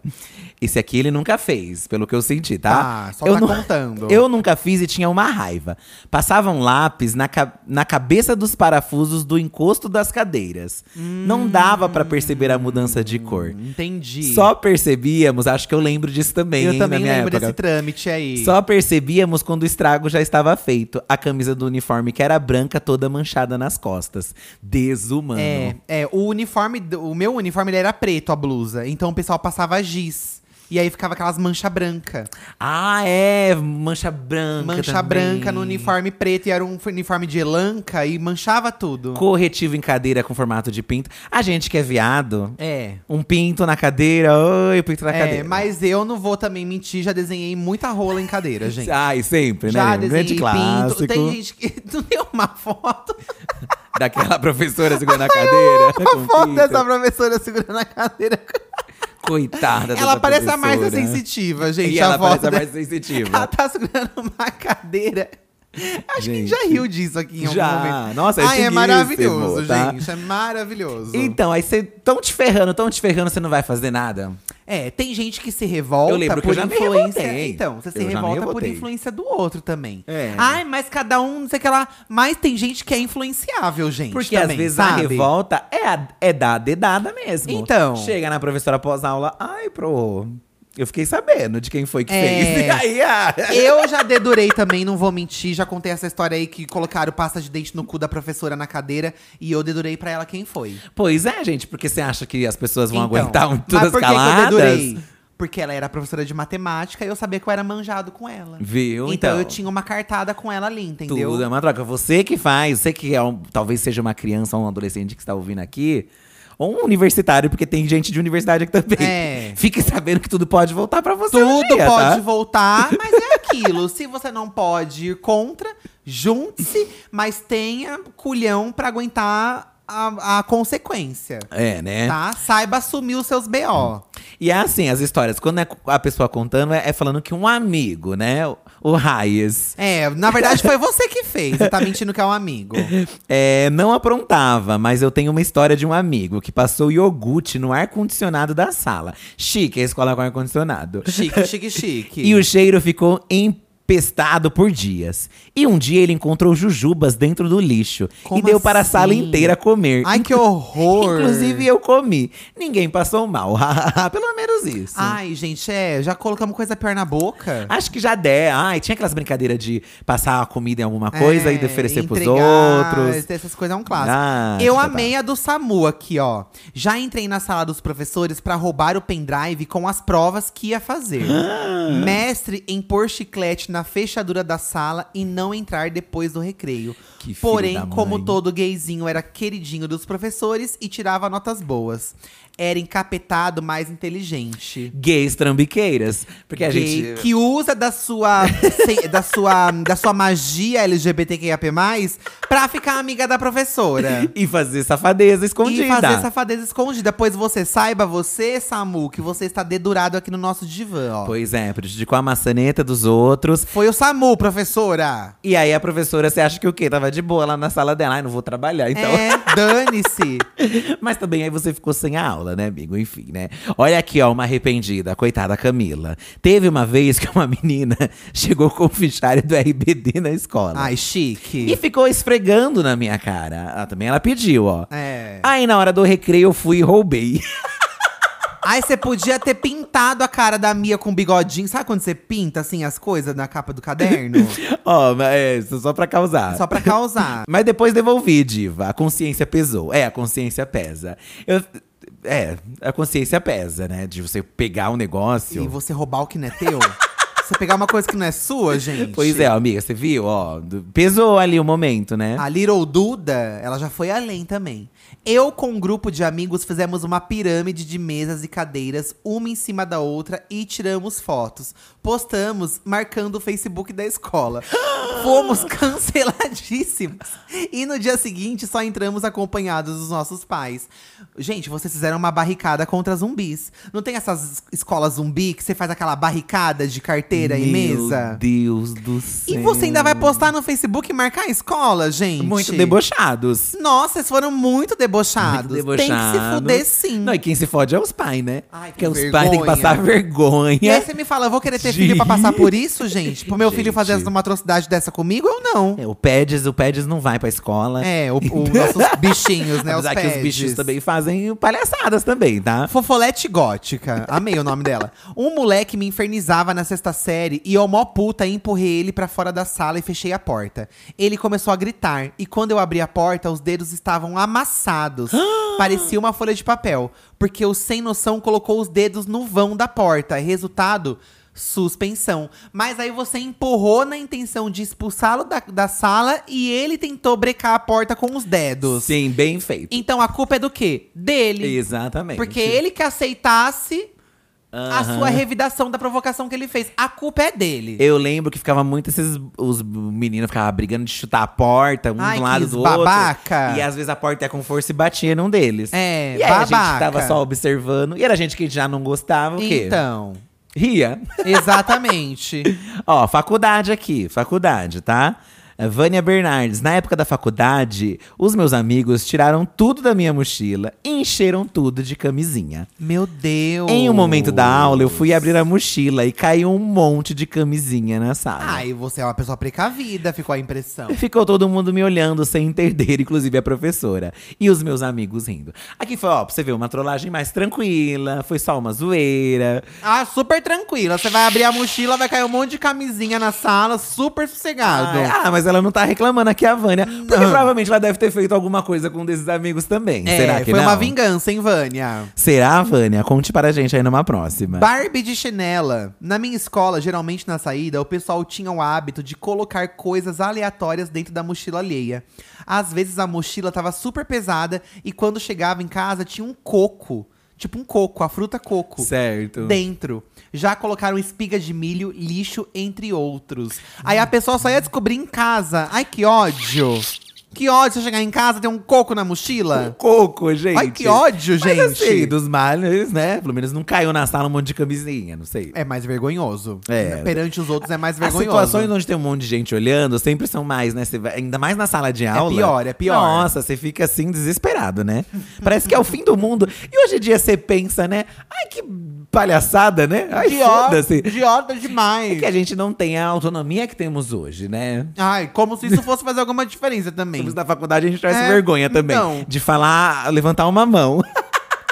S2: Esse aqui ele nunca fez, pelo que eu senti, tá?
S1: Ah, só
S2: eu
S1: tá
S2: nu-
S1: contando.
S2: Eu nunca fiz e tinha uma raiva. Passava um lápis na, ca- na cabeça dos parafusos do encosto das cadeiras.
S1: Hum.
S2: Não dava pra perceber a mudança de cor.
S1: Entendi.
S2: Só percebíamos, acho que eu lembro disso também,
S1: eu
S2: hein,
S1: também
S2: na minha
S1: lembro
S2: época.
S1: desse trâmite aí.
S2: Só percebíamos quando o estrago já estava feito. A camisa do uniforme que era branca, toda manchada nas costas. Desumano.
S1: é, é, o uniforme, do- o meu uniforme ele era preto, a blusa. Então o pessoal passava giz. E aí ficava aquelas manchas brancas.
S2: Ah, é, mancha branca.
S1: Mancha
S2: também.
S1: branca no uniforme preto. E era um uniforme de elanca e manchava tudo.
S2: Corretivo em cadeira com formato de pinto. A gente que é viado,
S1: é.
S2: Um pinto na cadeira, oi, pinto na
S1: É,
S2: cadeira.
S1: mas eu não vou também mentir, já desenhei muita rola em cadeira, gente.
S2: Ai, Ah, sempre,
S1: já
S2: né? Grande
S1: desenhei pinto.
S2: clássico.
S1: Tem gente que não tem uma foto.
S2: Daquela professora segurando a cadeira. É com
S1: Uma foto
S2: pinto.
S1: dessa professora segurando a cadeira.
S2: Coitada dessa
S1: Ela parece a mais
S2: professora.
S1: sensitiva, gente.
S2: E
S1: a
S2: ela
S1: foto
S2: parece a
S1: dela.
S2: mais
S1: Ela
S2: sensitiva.
S1: tá segurando uma cadeira. Acho que a gente
S2: Gente.
S1: já riu disso aqui em algum
S2: Já.
S1: momento.
S2: Nossa, é
S1: Ai, é
S2: chiquíssimo,
S1: maravilhoso,
S2: tá?
S1: gente. É maravilhoso.
S2: Então, aí você tão te ferrando, tão te ferrando, você não vai fazer nada.
S1: É, tem gente que se revolta
S2: Eu lembro que
S1: por
S2: eu já me
S1: influência.
S2: revoltei.
S1: então, você se
S2: Eu já me
S1: revolta por
S2: revoltei.
S1: influência do outro também.
S2: É.
S1: Ai, mas cada um, não sei o que lá. Mas tem gente que é influenciável, gente.
S2: Porque
S1: também,
S2: às vezes
S1: sabe?
S2: a revolta é, a, é da dedada mesmo.
S1: Então.
S2: Chega na professora pós-aula, ai, pro. Eu fiquei sabendo de quem foi que
S1: É.
S2: fez. E aí, ah,
S1: Eu já dedurei também, não vou mentir. Já contei essa história aí que colocaram pasta de dente no cu da professora na cadeira e eu dedurei pra ela quem foi.
S2: Pois é, gente, porque você acha que as pessoas vão
S1: Então,
S2: aguentar um,
S1: mas
S2: todas
S1: por que que
S2: caladas?
S1: eu dedurei? Porque ela era professora de matemática e eu sabia que eu era manjado com ela.
S2: Viu?
S1: Então,
S2: Então,
S1: eu tinha uma cartada com ela ali, entendeu?
S2: Tudo é uma troca. Você que faz, você que é um- talvez seja uma criança ou um adolescente que está ouvindo aqui, ou um universitário, porque tem gente de universidade aqui também.
S1: É.
S2: Fique sabendo que tudo pode voltar pra você. um
S1: Tudo
S2: dia,
S1: pode
S2: tá?
S1: voltar, mas é aquilo. Se você não pode ir contra, junte-se, mas tenha culhão pra aguentar a, a consequência.
S2: É, né?
S1: Tá? Saiba assumir os seus BO.
S2: E é assim, as histórias, quando é a pessoa contando, é, é falando que um amigo, né? o- O Raies.
S1: É, na verdade foi você que fez. Você tá mentindo que é um amigo.
S2: É, não aprontava, mas eu tenho uma história de um amigo que passou iogurte no ar-condicionado da sala. Chique, a escola com ar-condicionado.
S1: Chique, chique, chique.
S2: E o cheiro ficou empestado por dias. E um dia ele encontrou jujubas dentro do lixo.
S1: Como
S2: e deu para a sala
S1: assim?
S2: inteira comer.
S1: Ai, que horror!
S2: Inclusive eu comi. Ninguém passou mal. Pelo menos isso.
S1: Ai, gente, é, já colocamos coisa pior na boca.
S2: Acho que já der. Ai, tinha aquelas brincadeiras de passar a comida em alguma coisa e
S1: É,
S2: de oferecer pros
S1: entregar,
S2: outros.
S1: Essas coisas é um clássico.
S2: Ah,
S1: eu
S2: tá, tá.
S1: amei a do Samu aqui, ó. Já entrei na sala dos professores pra roubar o pendrive com as provas que ia fazer. Mestre em pôr chiclete na fechadura da sala e não entrar depois do recreio.
S2: Que filho
S1: Porém,
S2: da mãe.
S1: como todo gayzinho era queridinho dos professores e tirava notas boas. Era encapetado, mais inteligente
S2: Gays trambiqueiras. Porque a
S1: gay
S2: gente.
S1: que usa da sua, se- da sua, da sua magia LGBTQIAP+, pra ficar amiga da professora.
S2: E fazer safadeza escondida.
S1: E fazer safadeza escondida. Pois você saiba, você, Samu, que você está dedurado aqui no nosso divã, ó.
S2: Pois é, prejudicou a maçaneta dos outros.
S1: Foi o Samu, professora!
S2: E aí a professora, você acha que o quê? Tava de boa lá na sala dela. Ai, não vou trabalhar, então.
S1: É, dane-se.
S2: Mas também aí você ficou sem a aula, né, amigo? Enfim, né? Olha aqui, ó, uma arrependida, coitada Camila. Teve uma vez que uma menina chegou com o fichário do RBD na escola.
S1: Ai,
S2: E
S1: chique.
S2: ficou esfregando na minha cara. Ela também ela pediu, ó.
S1: É.
S2: Aí na hora do recreio eu fui e roubei.
S1: Ai, você podia ter pintado a cara da Mia com bigodinho. Sabe quando você pinta, assim, as coisas na capa do caderno?
S2: Ó, mas é, isso só pra causar.
S1: Só pra causar.
S2: Mas depois devolvi, diva. A consciência pesou. É, a consciência pesa. Eu- É, a consciência pesa, né? De você pegar um negócio.
S1: E você roubar o que não é teu? você pegar uma coisa que não é sua, gente?
S2: Pois é, amiga, você viu? Ó, do- pesou ali o momento, né?
S1: A Little Duda, ela já foi além também. Eu, com um grupo de amigos, fizemos uma pirâmide de mesas e cadeiras, uma em cima da outra, e tiramos fotos. Postamos, marcando o Facebook da escola. Fomos canceladíssimos. E no dia seguinte, só entramos acompanhados dos nossos pais. Gente, vocês fizeram uma barricada contra zumbis. Não tem essas escolas zumbi que você faz aquela barricada de carteira e mesa?
S2: Meu Deus do céu.
S1: E você ainda vai postar no Facebook e marcar a escola, gente?
S2: Muito debochados.
S1: Nossa, vocês foram muito debochados.
S2: Muito
S1: Tem que se
S2: debochados.
S1: fuder sim.
S2: Não, e quem se fode é os pais, né?
S1: Hum. Ai, que
S2: Porque os pais têm que
S1: vergonha.
S2: passar vergonha.
S1: E aí você me fala, eu vou querer ter filho pra passar por isso, gente? Pro meu filho
S2: Gente.
S1: fazer uma atrocidade dessa comigo ou não?
S2: É, o Pedes, o Pedes não vai pra escola.
S1: É, o, o- nossos bichinhos, né?
S2: Então- Apesar
S1: os
S2: que os
S1: pets.
S2: bichos também fazem palhaçadas também, tá?
S1: Fofolete Gótica. Amei o nome dela. Um moleque me infernizava na sexta série e eu, mó puta, empurrei ele pra fora da sala e fechei a porta. Ele começou a gritar e quando eu abri a porta, os dedos estavam amassados. Parecia uma folha de papel, porque o sem noção colocou os dedos no vão da porta. Resultado. Suspensão. Mas aí você empurrou na intenção de expulsá-lo da, da sala e ele tentou brecar a porta com os dedos.
S2: Sim, bem feito.
S1: Então a culpa é do quê? Dele.
S2: Exatamente.
S1: Porque ele que aceitasse a
S2: É, Aham.
S1: sua revidação da provocação que ele fez. A culpa é dele.
S2: Eu lembro que ficava muito esses. Os meninos ficavam brigando de chutar a porta, um
S1: Ai,
S2: de
S1: que
S2: um lado do outro.
S1: babaca.
S2: E às vezes a porta ia com força e batia num deles.
S1: É,
S2: e aí a gente
S1: babaca.
S2: tava só observando. E era gente que já não gostava, o quê?
S1: Então,
S2: Ria.
S1: exatamente.
S2: Ó, faculdade aqui, faculdade, tá? Vânia Bernardes, na época da faculdade, os meus amigos tiraram tudo da minha mochila e encheram tudo de camisinha.
S1: Meu Deus.
S2: Em um momento da aula, eu fui abrir a mochila e caiu um monte de camisinha na sala.
S1: Ai, você é uma pessoa precavida, ficou a impressão.
S2: Ficou todo mundo me olhando sem entender, inclusive a professora. E os meus amigos rindo. Aqui foi, ó, pra você ver, uma trollagem mais tranquila, foi só uma zoeira.
S1: Ah, super tranquila. Você vai abrir a mochila, vai cair um monte de camisinha na sala, super sossegado.
S2: Ai, ah, mas ela não tá reclamando aqui, a Vânia. Porque provavelmente ela deve ter feito alguma coisa com um desses amigos também.
S1: É,
S2: Será que
S1: foi
S2: não?
S1: uma vingança, hein, Vânia?
S2: Será, Vânia? Conte para a gente aí numa próxima.
S1: Barbie de chinela. Na minha escola, geralmente na saída, o pessoal tinha o hábito de colocar coisas aleatórias dentro da mochila alheia. Às vezes a mochila tava super pesada e quando chegava em casa tinha um coco. Tipo um coco, a fruta coco.
S2: certo.
S1: Dentro. Já colocaram espiga de milho, lixo, entre outros. Aí a pessoa só ia descobrir em casa. Ai, que ódio! Que ódio você chegar em casa e ter um coco na
S2: Um
S1: mochila.
S2: coco, gente.
S1: Ai, que ódio,
S2: Mas
S1: gente!
S2: assim, dos males, né? Pelo menos não caiu na sala um monte de camisinha, não sei.
S1: É mais vergonhoso.
S2: É.
S1: Perante os outros é mais
S2: As
S1: vergonhoso.
S2: situações onde tem um monte de gente olhando sempre são mais, né? Você vai- ainda mais na sala de aula.
S1: pior, é pior.
S2: Nossa, você fica assim desesperado, né? Parece que é o fim do mundo. E hoje em dia você pensa, né? Ai, que palhaçada, né? Ai,
S1: Idiota,
S2: foda-se.
S1: idiota demais.
S2: É que a gente não tem a autonomia que temos hoje, né?
S1: Ai, como se isso fosse fazer alguma diferença também.
S2: Somos da faculdade, a gente traz
S1: É,
S2: vergonha também.
S1: então.
S2: De falar, levantar uma mão.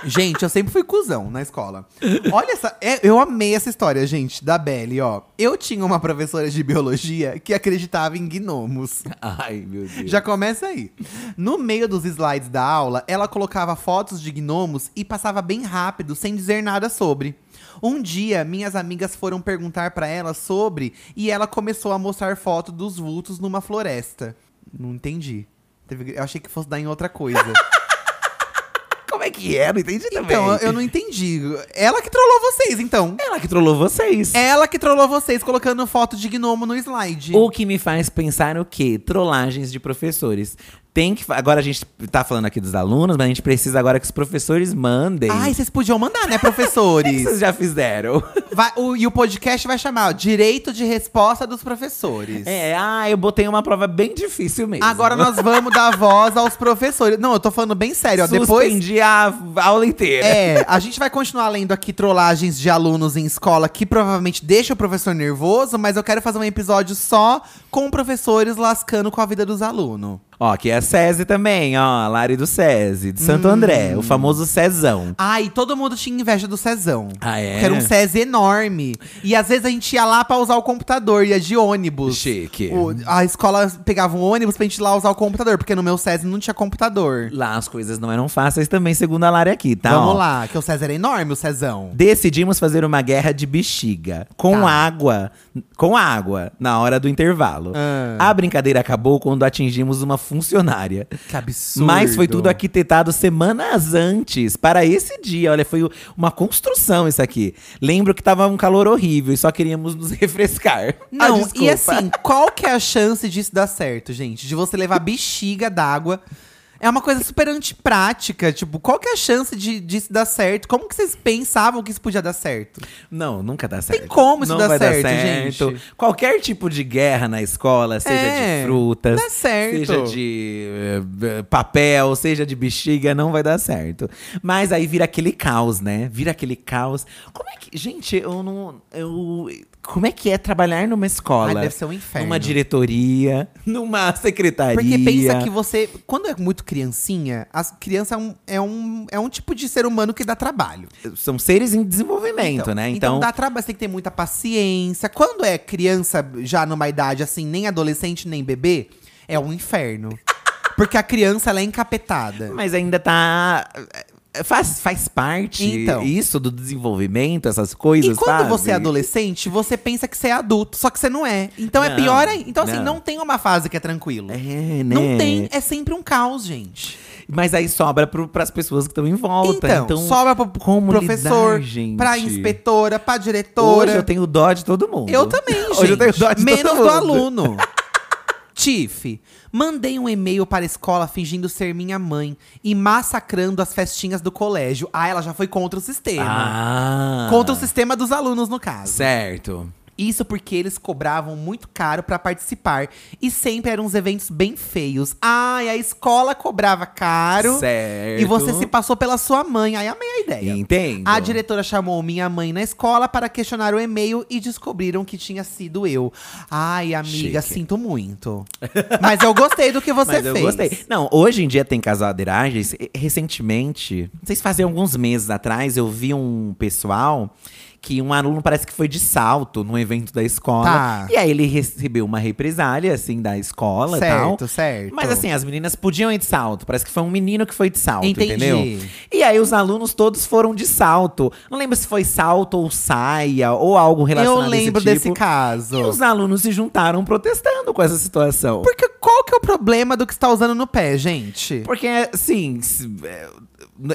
S1: gente, eu sempre fui cuzão na escola. Olha essa. é, eu amei essa história, gente, da Belle, ó. Eu tinha uma professora de biologia que acreditava em gnomos.
S2: Ai, meu Deus.
S1: Já começa aí. No meio dos slides da aula, ela colocava fotos de gnomos e passava bem rápido, sem dizer nada sobre. Um dia, minhas amigas foram perguntar pra ela sobre e ela começou a mostrar foto dos vultos numa floresta. Não entendi. Teve- Eu achei que fosse dar em outra coisa.
S2: Como é que é? Não entendi também. É
S1: então, eu- eu não entendi. Ela que trollou vocês, então.
S2: Ela que trollou vocês.
S1: Ela que trollou vocês colocando foto de gnomo no slide.
S2: O que me faz pensar o quê? Trollagens de professores. Tem que. fa- Agora a gente tá falando aqui dos alunos, mas a gente precisa agora que os professores mandem.
S1: Ai, vocês podiam mandar, né,
S2: O que
S1: professores?
S2: vocês já fizeram?
S1: Vai- o- e o podcast vai chamar ó, Direito de Resposta dos Professores.
S2: É, ah, eu botei uma prova bem difícil mesmo.
S1: Agora nós vamos dar voz aos professores. Não, eu tô falando bem sério, ó. Depois.
S2: Suspendi a aula inteira.
S1: É, a gente vai continuar lendo aqui trollagens de alunos em escola que provavelmente deixa o professor nervoso, mas eu quero fazer um episódio só com professores lascando com a vida dos alunos.
S2: Ó, aqui é a SESI também, ó. A Lari do SESI, de Santo
S1: Hum.
S2: André, o famoso Cezão.
S1: Ai, todo mundo tinha inveja do Cezão.
S2: Ah, é?
S1: Que era um SESI enorme. E às vezes a gente ia lá pra usar o computador, ia de ônibus.
S2: Chique.
S1: O- a escola pegava um ônibus pra gente ir lá usar o computador, porque no meu SESI não tinha computador.
S2: Lá as coisas não eram fáceis também, segundo a Lari aqui, tá?
S1: Vamos
S2: ó.
S1: lá, que o César era enorme, o Cezão.
S2: Decidimos fazer uma guerra de bexiga com
S1: Tá.
S2: água, com água na hora do intervalo.
S1: Ah.
S2: A brincadeira acabou quando atingimos uma funcionária.
S1: Que absurdo.
S2: Mas foi tudo arquitetado semanas antes para esse dia. Olha, foi uma construção isso aqui. Lembro que tava um calor horrível e só queríamos nos refrescar.
S1: Não,
S2: Ah,
S1: e
S2: desculpa.
S1: assim, qual que é a chance disso dar certo, gente? De você levar bexiga d'água. É uma coisa super antiprática. Tipo, qual que é a chance de, disso dar certo? Como que vocês pensavam que isso podia dar certo?
S2: Não, nunca dá certo.
S1: como isso
S2: Não
S1: dar
S2: vai
S1: certo, gente.
S2: Qualquer tipo de guerra na escola, seja
S1: É,
S2: de frutas,
S1: dá certo.
S2: seja de eh, eh, papel, seja de bexiga, não vai dar certo. Mas aí vira aquele caos, né? Vira aquele caos. Como é que. Gente, eu não. Eu, como é que é trabalhar numa escola?
S1: Ai, deve ser um inferno.
S2: Numa diretoria, numa secretaria.
S1: Porque pensa que você. Quando é muito criancinha, a criança é um, é, um, é um tipo de ser humano que dá trabalho.
S2: São seres em desenvolvimento, né?
S1: Então dá trabalho, você tem que ter muita paciência. Quando é criança, já numa idade assim, nem adolescente, nem bebê, é um inferno. Porque a criança, ela é encapetada.
S2: Mas ainda tá. Faz, faz parte
S1: Então.
S2: isso do desenvolvimento, essas
S1: E
S2: coisas.
S1: quando
S2: sabe?
S1: você é adolescente, você pensa que você é adulto, só que você não é. Então é
S2: Não,
S1: pior ainda. Então, assim,
S2: não.
S1: não tem uma fase que é tranquilo.
S2: É, né?
S1: Não tem, é sempre um caos, gente.
S2: Mas aí sobra pro, pras pessoas que estão em volta.
S1: Então,
S2: Então,
S1: sobra pro
S2: como
S1: professor,
S2: lidar, gente?
S1: pra inspetora, pra diretora.
S2: Hoje eu tenho dó de todo mundo.
S1: Eu também, gente.
S2: Hoje eu tenho dó de
S1: Menos
S2: todo
S1: do
S2: mundo.
S1: aluno. Tiff, mandei um e-mail para a escola fingindo ser minha mãe e massacrando as festinhas do colégio. Ah, ela já foi contra o sistema.
S2: Ah.
S1: Contra o sistema dos alunos, no caso.
S2: Certo.
S1: Isso porque eles cobravam muito caro pra participar. E sempre eram uns eventos bem feios. Ai, a escola cobrava caro.
S2: Certo.
S1: E você se passou pela sua mãe. Aí amei a ideia.
S2: Entendo.
S1: A diretora chamou minha mãe na escola para questionar o e-mail e descobriram que tinha sido eu. Ai, amiga,
S2: Chique.
S1: sinto muito. Mas eu gostei do que você
S2: Mas
S1: fez.
S2: eu gostei. Não, hoje em dia tem casadeiragens. E- Recentemente, não sei se fazia alguns meses atrás, eu vi um pessoal que um aluno parece que foi de salto num evento da escola.
S1: Tá.
S2: E aí ele recebeu uma represália, assim, da escola e tal.
S1: Certo, certo.
S2: Mas assim, as meninas podiam ir de salto. Parece que foi um menino que foi de salto,
S1: Entendi.
S2: entendeu? E aí os alunos todos foram de salto. Não lembro se foi salto ou saia ou algo
S1: eu
S2: relacionado a esse
S1: lembro
S2: tipo.
S1: desse caso.
S2: E os alunos se juntaram protestando com essa situação.
S1: Porque qual que é o problema do que está usando no pé, gente?
S2: Porque, assim, se- é-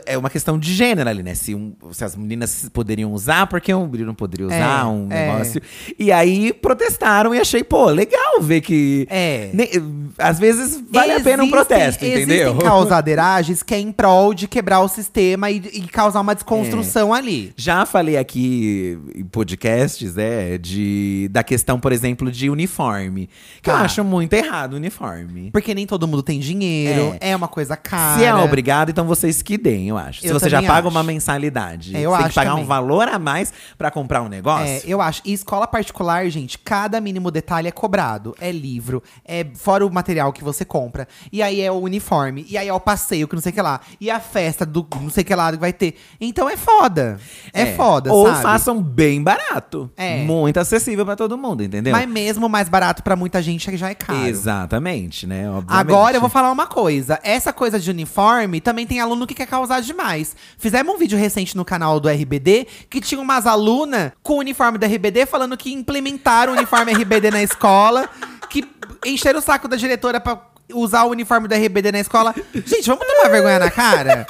S2: é uma questão de gênero ali, né? Se, um- se as meninas poderiam usar, por que um menino não poderia usar
S1: É,
S2: um
S1: é.
S2: negócio? E aí protestaram e achei, pô, legal ver que.
S1: É.
S2: ne- às vezes vale a pena um
S1: Existem-
S2: protesto, entendeu?
S1: Existem causadeiragens que é em prol de quebrar o sistema e, e causar uma desconstrução
S2: É.
S1: ali.
S2: Já falei aqui em podcasts, é, de, da questão, por exemplo, de uniforme. Que eu
S1: Tá.
S2: acho muito errado o uniforme.
S1: Porque nem todo mundo tem dinheiro, é, uma coisa cara.
S2: Se é obrigado, então vocês que deem, eu acho. Se
S1: Eu
S2: você já
S1: também
S2: paga
S1: acho.
S2: uma mensalidade,
S1: É, eu
S2: você tem
S1: acho
S2: que pagar
S1: também.
S2: um valor a mais pra comprar um negócio.
S1: É, eu acho. E escola particular, gente, cada mínimo detalhe é cobrado. É livro, é fora o material que você compra. E aí é o uniforme, e aí é o passeio, que não sei o que lá. E a festa do não sei o que lá que vai ter. Então é foda. É, foda,
S2: Ou
S1: sabe?
S2: façam bem barato.
S1: É.
S2: Muito acessível pra todo mundo, entendeu?
S1: Mas mesmo mais barato pra muita gente já é caro.
S2: Exatamente, né? Obviamente.
S1: Agora eu vou falar uma coisa. Essa coisa de uniforme também tem aluno que quer causar demais. Fizemos um vídeo recente no canal do RBD que tinha umas alunas com o uniforme do RBD falando que implementaram o uniforme RBD na escola, que encheram o saco da diretora pra usar o uniforme do RBD na escola. Gente, vamos tomar vergonha na cara?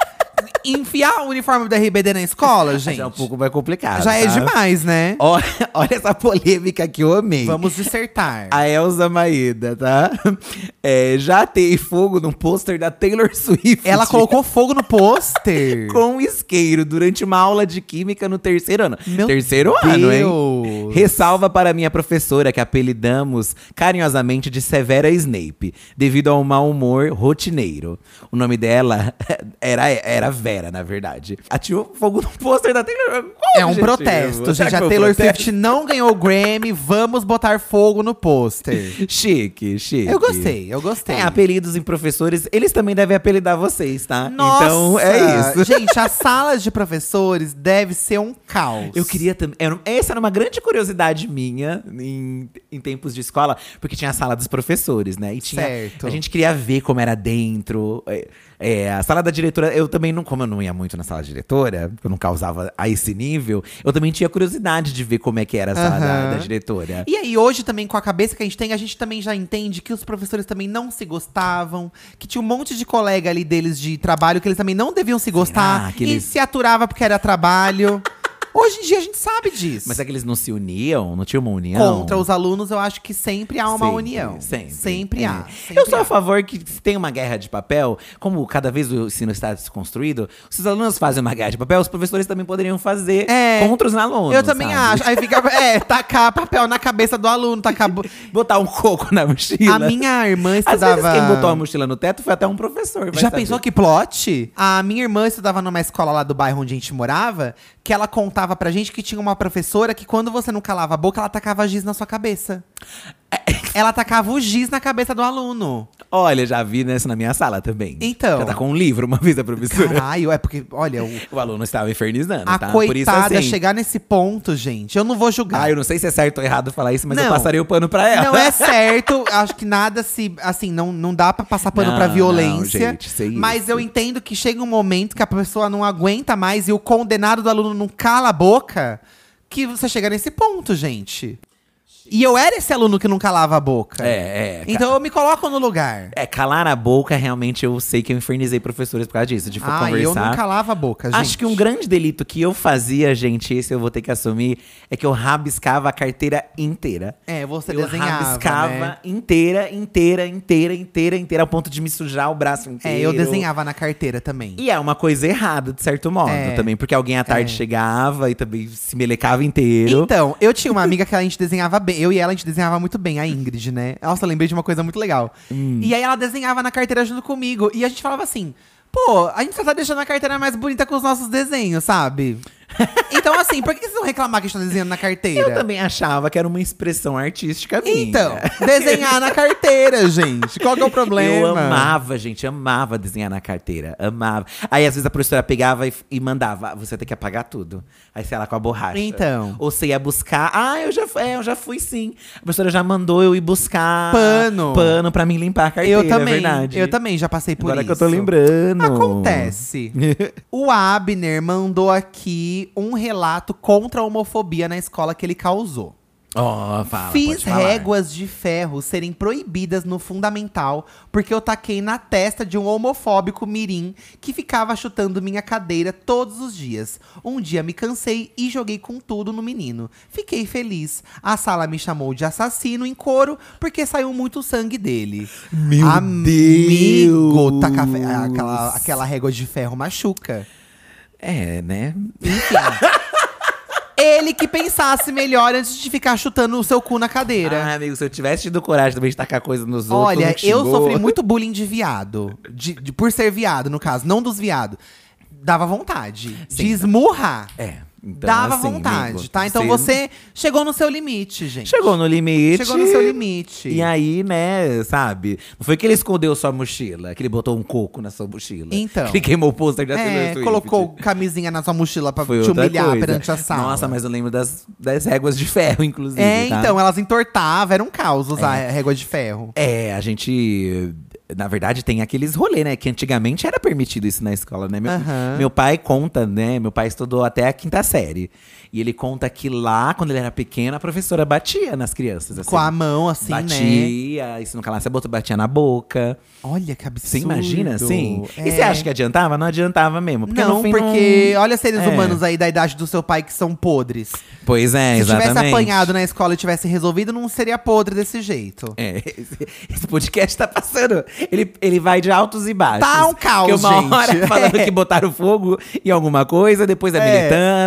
S1: Enfiar o uniforme do RBD na escola, gente.
S2: Já é
S1: Já,
S2: um pouco mais complicado.
S1: é
S2: tá?
S1: demais, né?
S2: Olha, olha essa polêmica que eu amei.
S1: Vamos dissertar.
S2: A Elza Maeda, tá? É, já tem fogo num pôster da Taylor Swift.
S1: Ela colocou fogo no pôster.
S2: com isqueiro durante uma aula de química no terceiro ano.
S1: Meu
S2: terceiro ano, hein?
S1: Deus.
S2: Ressalva para minha professora que apelidamos carinhosamente de Severa Snape, devido ao mau humor rotineiro. O nome dela era, era Vera, na verdade. Atirou fogo no pôster da Taylor. Qual
S1: É
S2: o
S1: um
S2: objetivo?
S1: protesto, gente.
S2: Será que
S1: A
S2: foi um
S1: Taylor
S2: protesto?
S1: Swift não ganhou o Grammy, vamos botar fogo no pôster.
S2: Chique, chique.
S1: Eu gostei, eu gostei.
S2: É, apelidos em professores, eles também devem apelidar vocês, tá? Então é isso.
S1: Gente, as salas de professores deve ser um caos.
S2: Eu queria também. Essa era uma grande curiosidade minha em, em tempos de escola, porque tinha a sala dos professores, né? E tinha.
S1: Certo.
S2: A gente queria ver como era dentro. É, é, a sala da diretora, eu também não. Como eu não ia muito na sala da diretora, eu não causava a esse nível, eu também tinha curiosidade de ver como é que era a sala da,
S1: Aham.
S2: da diretora.
S1: E aí, hoje também, com a cabeça que a gente tem, a gente também já entende que os professores também não se gostavam, que tinha um monte de colega ali deles de trabalho que eles também não deviam se gostar
S2: que
S1: e
S2: eles-
S1: se aturava porque era trabalho. hoje em dia a gente sabe disso.
S2: Mas é que eles não se uniam? Não tinha uma união?
S1: Contra os alunos, eu acho que sempre há uma
S2: Sempre,
S1: união.
S2: Sempre.
S1: Sempre
S2: É.
S1: há.
S2: eu
S1: sempre
S2: sou
S1: há.
S2: a favor que se tem uma guerra de papel, como cada vez o ensino está desconstruído, se os alunos fazem uma guerra de papel, os professores também poderiam fazer
S1: É.
S2: contra os alunos.
S1: Eu também
S2: sabe?
S1: acho. Aí fica. É, tacar papel na cabeça do aluno, tacar. bo-
S2: Botar um coco na mochila.
S1: A minha irmã
S2: Às vezes
S1: estudava.
S2: quem botou a mochila no teto foi até um professor. vai
S1: Já
S2: saber.
S1: pensou que plot? A minha irmã estudava numa escola lá do bairro onde a gente morava, que ela contava pra gente que tinha uma professora que quando você não calava a boca, ela tacava giz na sua cabeça.
S2: É.
S1: Ela tacava o giz na cabeça do aluno.
S2: Olha, já vi né, isso na minha sala também.
S1: Então.
S2: Já tá com um livro uma vez a professora.
S1: Caralho, é porque, olha, o-
S2: O aluno estava infernizando,
S1: a
S2: tá? Por isso,
S1: coitada
S2: assim,
S1: chegar nesse ponto, gente, eu não vou julgar.
S2: Ah, eu não sei se é certo ou errado falar isso, mas eu
S1: Não.
S2: passaria o pano pra ela.
S1: Não é certo, acho que nada se. Assim, não, não dá pra passar pano
S2: Não,
S1: pra
S2: não,
S1: violência.
S2: gente, isso é isso.
S1: mas eu entendo que chega um momento que a pessoa não aguenta mais e o condenado do aluno não cala a boca, que você chega nesse ponto, gente. E eu era esse aluno que não calava a boca.
S2: É, é. ca-
S1: Então eu me coloco no lugar.
S2: É, calar a boca, realmente, eu sei que eu infernizei professores por causa disso, de
S1: Ah, eu
S2: conversar.
S1: não calava a boca, gente.
S2: Acho que um grande delito que eu fazia, gente, esse eu vou ter que assumir, é que eu rabiscava a carteira inteira.
S1: É, você
S2: eu
S1: desenhava,
S2: rabiscava
S1: né?
S2: inteira, inteira, inteira, inteira, inteira, ao ponto de me sujar o braço inteiro.
S1: É, eu desenhava na carteira também.
S2: E é uma coisa errada, de certo modo,
S1: É.
S2: também. Porque alguém à tarde chegava e também se melecava inteiro.
S1: Então, eu tinha uma amiga que a gente desenhava bem. Eu e ela, a gente desenhava muito bem, a Ingrid, né? Nossa, eu lembrei de uma coisa muito legal.
S2: Hum.
S1: E aí ela desenhava na carteira junto comigo. E a gente falava assim: pô, a gente só tá deixando a carteira mais bonita com os nossos desenhos, sabe? então, assim, por que vocês vão reclamar que a gente tá desenhando na carteira?
S2: eu também achava que era uma expressão artística minha.
S1: Então, desenhar na carteira, gente. Qual que é o problema?
S2: Eu amava, gente, amava desenhar na carteira, amava. Aí às vezes a professora pegava e, e mandava, "Ah, você tem que apagar tudo. Aí sei lá com a borracha.
S1: Então.
S2: Ou você ia buscar, ah, eu já, fu- é, eu já fui sim. A professora já mandou eu ir buscar
S1: Pano.
S2: pano para mim limpar a carteira,
S1: eu também,
S2: é verdade.
S1: eu também já passei por
S2: Agora
S1: isso.
S2: que eu tô lembrando.
S1: Acontece. o Abner mandou aqui um relato contra a homofobia na escola que ele causou.
S2: Ó, fala,
S1: Fiz
S2: Ah, pode falar.
S1: réguas de ferro serem proibidas no fundamental porque eu taquei na testa de um homofóbico mirim que ficava chutando minha cadeira todos os dias. Um dia me cansei e joguei com tudo no menino. Fiquei feliz. A sala me chamou de assassino em couro porque saiu muito sangue dele.
S2: Meu
S1: Amigo,
S2: Deus.
S1: taca fe- ah, aquela, aquela régua de ferro machuca.
S2: É, né?
S1: Ele que pensasse melhor antes de ficar chutando o seu cu na cadeira.
S2: Ah, amigo, se eu tivesse tido coragem também de tacar coisa nos outros.
S1: Olha,
S2: não te
S1: eu
S2: xingou.
S1: sofri muito bullying de viado. De, de- por ser viado, no caso, não dos viados. Dava vontade de esmurrar.
S2: É. Então,
S1: Dava
S2: assim,
S1: vontade,
S2: amigo,
S1: tá? Então você chegou no seu limite, gente.
S2: Chegou no limite.
S1: Chegou no seu limite.
S2: E aí, né, sabe? Não foi que ele escondeu sua mochila, que ele botou um coco na sua mochila.
S1: Então.
S2: Que ele queimou o pôster da Taylor
S1: é,
S2: Swift.
S1: colocou camisinha na sua mochila pra
S2: Foi
S1: te
S2: outra
S1: humilhar
S2: coisa.
S1: perante a sala.
S2: Nossa, mas eu lembro das, das réguas de ferro, inclusive.
S1: É,
S2: tá?
S1: então, elas entortavam, era um caos usar régua de ferro.
S2: É, a gente. Na verdade, tem aqueles rolê, né? Que antigamente era permitido isso na escola, né? Meu,
S1: Aham.
S2: meu pai conta, né? Meu pai estudou até a quinta série. E ele conta que lá, quando ele era pequeno, a professora batia nas crianças. Assim.
S1: Com a mão, assim, né?
S2: batia, e se não calasse a boca, batia na boca.
S1: Olha que absurdo.
S2: Você imagina, assim? E
S1: É.
S2: você acha que adiantava? Não adiantava mesmo. Porque
S1: não,
S2: no fim,
S1: porque olha seres
S2: É.
S1: humanos aí da idade do seu pai que são podres.
S2: Pois é,
S1: Se
S2: exatamente.
S1: tivesse apanhado né? na escola e tivesse resolvido, não seria podre desse jeito.
S2: É, esse, esse podcast tá passando. Ele, ele vai de altos e baixos.
S1: Tá um caos,
S2: Porque uma
S1: gente.
S2: hora falando
S1: É.
S2: que botaram fogo em alguma coisa, depois é,
S1: É.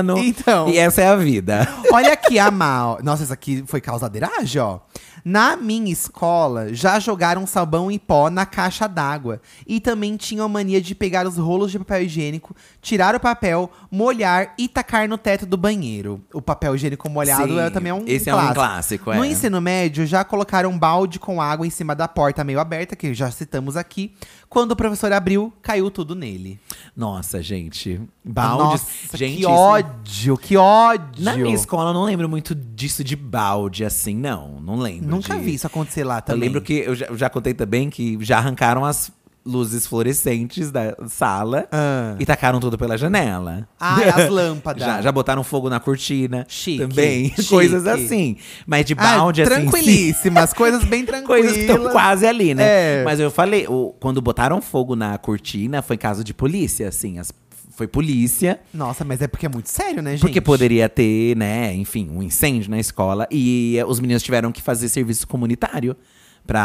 S2: militando.
S1: Então.
S2: E essa é a vida.
S1: Olha aqui a mal. Nossa, isso aqui foi causadeiragem, ó. Na minha escola, já jogaram sabão em pó na caixa d'água. E também tinham a mania de pegar os rolos de papel higiênico, tirar o papel, molhar e tacar no teto do banheiro. O papel higiênico molhado
S2: Sim,
S1: é, também é um
S2: esse é um
S1: clássico.
S2: clássico, é.
S1: No ensino médio, já colocaram um balde com água em cima da porta meio aberta, que já citamos aqui. Quando o professor abriu, caiu tudo nele.
S2: Nossa, gente. Baldes.
S1: Nossa,
S2: gente,
S1: que
S2: isso-
S1: ódio, que ódio.
S2: Na minha escola, eu não lembro muito disso de balde, assim, não. Não lembro.
S1: Nunca
S2: de-
S1: vi isso acontecer lá também.
S2: Eu lembro que eu já, eu já contei também que já arrancaram as luzes fluorescentes da sala
S1: Ah.
S2: e tacaram tudo pela janela.
S1: Ah, as lâmpadas.
S2: Já, já botaram fogo na cortina.
S1: Chique,
S2: Também.
S1: chique.
S2: Coisas assim. Mas de
S1: Ah,
S2: balde, assim.
S1: Tranquilíssimas, coisas bem tranquilas.
S2: Coisas que estão quase ali, né?
S1: É.
S2: Mas eu falei, o- quando botaram fogo na cortina, foi caso de polícia, assim. as- foi polícia.
S1: Nossa, mas é porque é muito sério, né, gente?
S2: Porque poderia ter, né, enfim, um incêndio na escola. E eh, os meninos tiveram que fazer serviço comunitário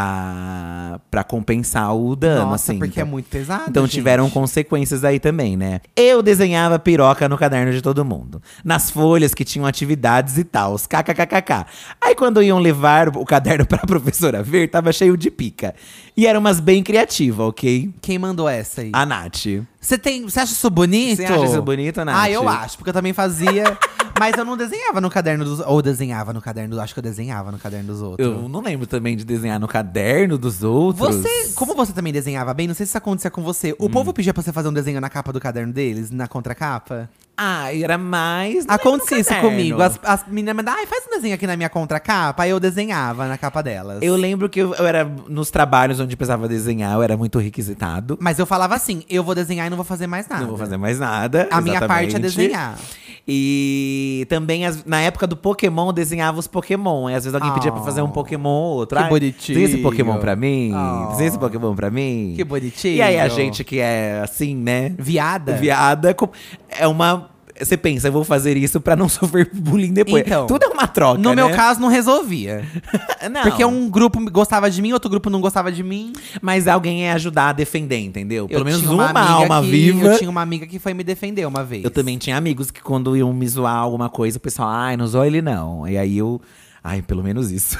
S2: pra, pra compensar o dano,
S1: Nossa,
S2: assim.
S1: porque é
S2: Então-
S1: muito pesado.
S2: Então
S1: gente.
S2: tiveram consequências aí também, né? Eu desenhava piroca no caderno de todo mundo. Nas folhas que tinham atividades e tal, os kkkk. Aí quando iam levar o caderno pra professora ver, tava cheio de pica. E eram umas bem criativas, ok?
S1: Quem mandou essa aí?
S2: A Nath.
S1: Você tem. Você acha isso bonito?
S2: Ah. Você acha isso bonito, Nath?
S1: Ah, eu acho, porque eu também fazia. mas eu não desenhava no caderno dos. Ou desenhava no caderno dos. Acho que eu desenhava no caderno dos outros.
S2: Eu não lembro também de desenhar no caderno dos outros.
S1: Você, como você também desenhava bem, não sei se isso acontecia com você.
S2: Hum.
S1: O povo pedia pra você fazer um desenho na capa do caderno deles, na contracapa?
S2: Ah, era mais. no
S1: Acontecia
S2: meu
S1: isso
S2: caderno.
S1: comigo. As, as meninas mandavam, ai, faz um desenho aqui na minha contracapa. Aí eu desenhava na capa delas.
S2: Eu lembro que eu, eu era nos trabalhos onde precisava desenhar, eu era muito requisitado.
S1: Mas eu falava assim, eu vou desenhar e não vou fazer mais nada.
S2: Não vou fazer mais nada.
S1: A minha parte é
S2: exatamente.
S1: desenhar.
S2: E também, as- na época do Pokémon, eu desenhava os Pokémon. Aí às vezes alguém pedia pra fazer
S1: Ah.
S2: um Pokémon ou outro.
S3: que
S2: Ai,
S3: bonitinho.
S2: Desenha esse Pokémon pra mim.
S3: Ah.
S2: Desenha esse Pokémon pra mim.
S3: Que bonitinho.
S2: E aí a gente que é assim, né?
S3: Viada?
S2: Viada com- é uma. Você pensa, eu vou fazer isso pra não sofrer bullying depois.
S3: Então,
S2: Tudo é uma troca.
S3: No meu
S2: né?
S3: caso, não resolvia.
S2: Não.
S1: Porque um grupo gostava de mim, outro grupo não gostava de mim.
S2: Mas alguém ia ajudar a defender, entendeu? Pelo
S1: Eu
S2: menos
S1: tinha
S2: uma,
S1: amiga
S2: alma
S1: que-
S2: viva.
S1: Eu
S2: Eu,
S1: tinha um uma amiga que foi me defender uma vez.
S2: também tinha amigos que quando iam me zoar alguma coisa, o pessoal, ai, não zoa ele não. E aí eu. Ai, pelo menos isso.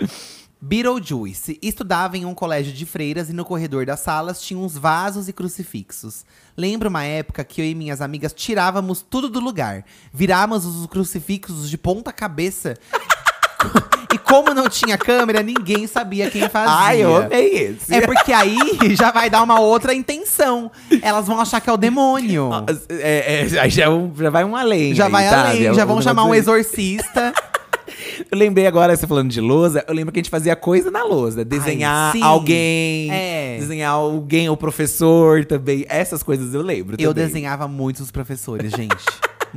S1: Beetlejuice estudava em um colégio de freiras e no corredor das salas tinha uns vasos e crucifixos. Lembro uma época que eu e minhas amigas tirávamos tudo do lugar. Virávamos os crucifixos de ponta cabeça. e como não tinha câmera, ninguém sabia quem fazia.
S2: ai, eu amei esse.
S1: É porque aí já vai dar uma outra intenção. Elas vão achar que é o demônio.
S2: É, é, aí já, é um- já vai um além.
S1: Já
S2: aí,
S1: vai
S2: sabe? É
S1: além,
S2: um-
S1: já vão
S2: negócio
S1: chamar um
S2: assim.
S1: exorcista.
S2: Eu lembrei agora, você falando de lousa, eu lembro que a gente fazia coisa na lousa. Desenhar
S1: sim.
S2: alguém,
S1: É.
S2: desenhar alguém, o professor também. Essas coisas eu lembro
S1: Eu
S2: também.
S1: desenhava muito os professores, gente.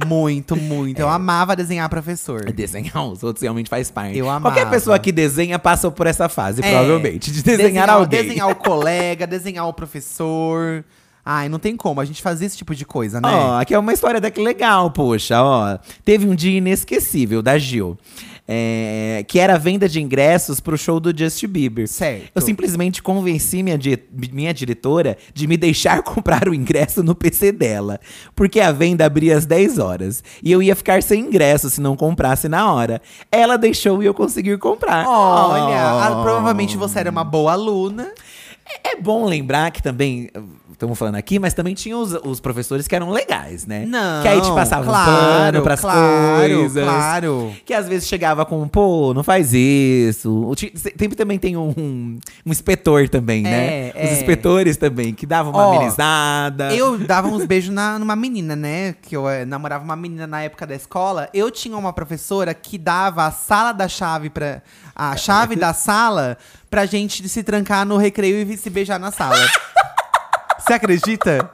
S1: muito, muito.
S2: É.
S1: Eu amava desenhar professor.
S2: Desenhar os outros realmente faz parte.
S1: Eu
S2: Qualquer
S1: amava.
S2: pessoa que desenha passou por essa fase,
S1: É.
S2: provavelmente, de desenhar, alguém.
S1: Desenhar o colega, desenhar o professor. Ai, não tem como. A gente fazia esse tipo de coisa, né?
S2: Ó, aqui é uma história daqui legal, poxa, ó. Teve um dia inesquecível da Gil, é, que era a venda de ingressos pro show do Justin Bieber.
S1: Certo.
S2: Eu simplesmente convenci minha, di- minha diretora de me deixar comprar o ingresso no PC dela, porque a venda abria às 10 horas e eu ia ficar sem ingresso se não comprasse na hora. Ela deixou e eu consegui comprar.
S1: Olha, ah,
S2: Oh.
S1: provavelmente você era uma boa aluna.
S2: É bom lembrar que também. Estamos falando aqui, mas também tinha os, os professores que eram legais, né?
S1: Não.
S2: Que aí te passavam
S1: claro,
S2: pano pras
S1: claro,
S2: coisas.
S1: Claro.
S2: Que às vezes chegava com, pô, não faz isso. O ti- se- Sempre também tem um, um, um inspetor também, né?
S1: É,
S2: Os
S1: é.
S2: inspetores também, que davam uma
S1: Ó,
S2: amenizada.
S1: Eu dava uns beijos na, numa menina, né? Que eu eh, namorava uma menina na época da escola. Eu tinha uma professora que dava a sala da chave pra. A chave da sala pra gente se trancar no recreio e se beijar na sala. Você acredita?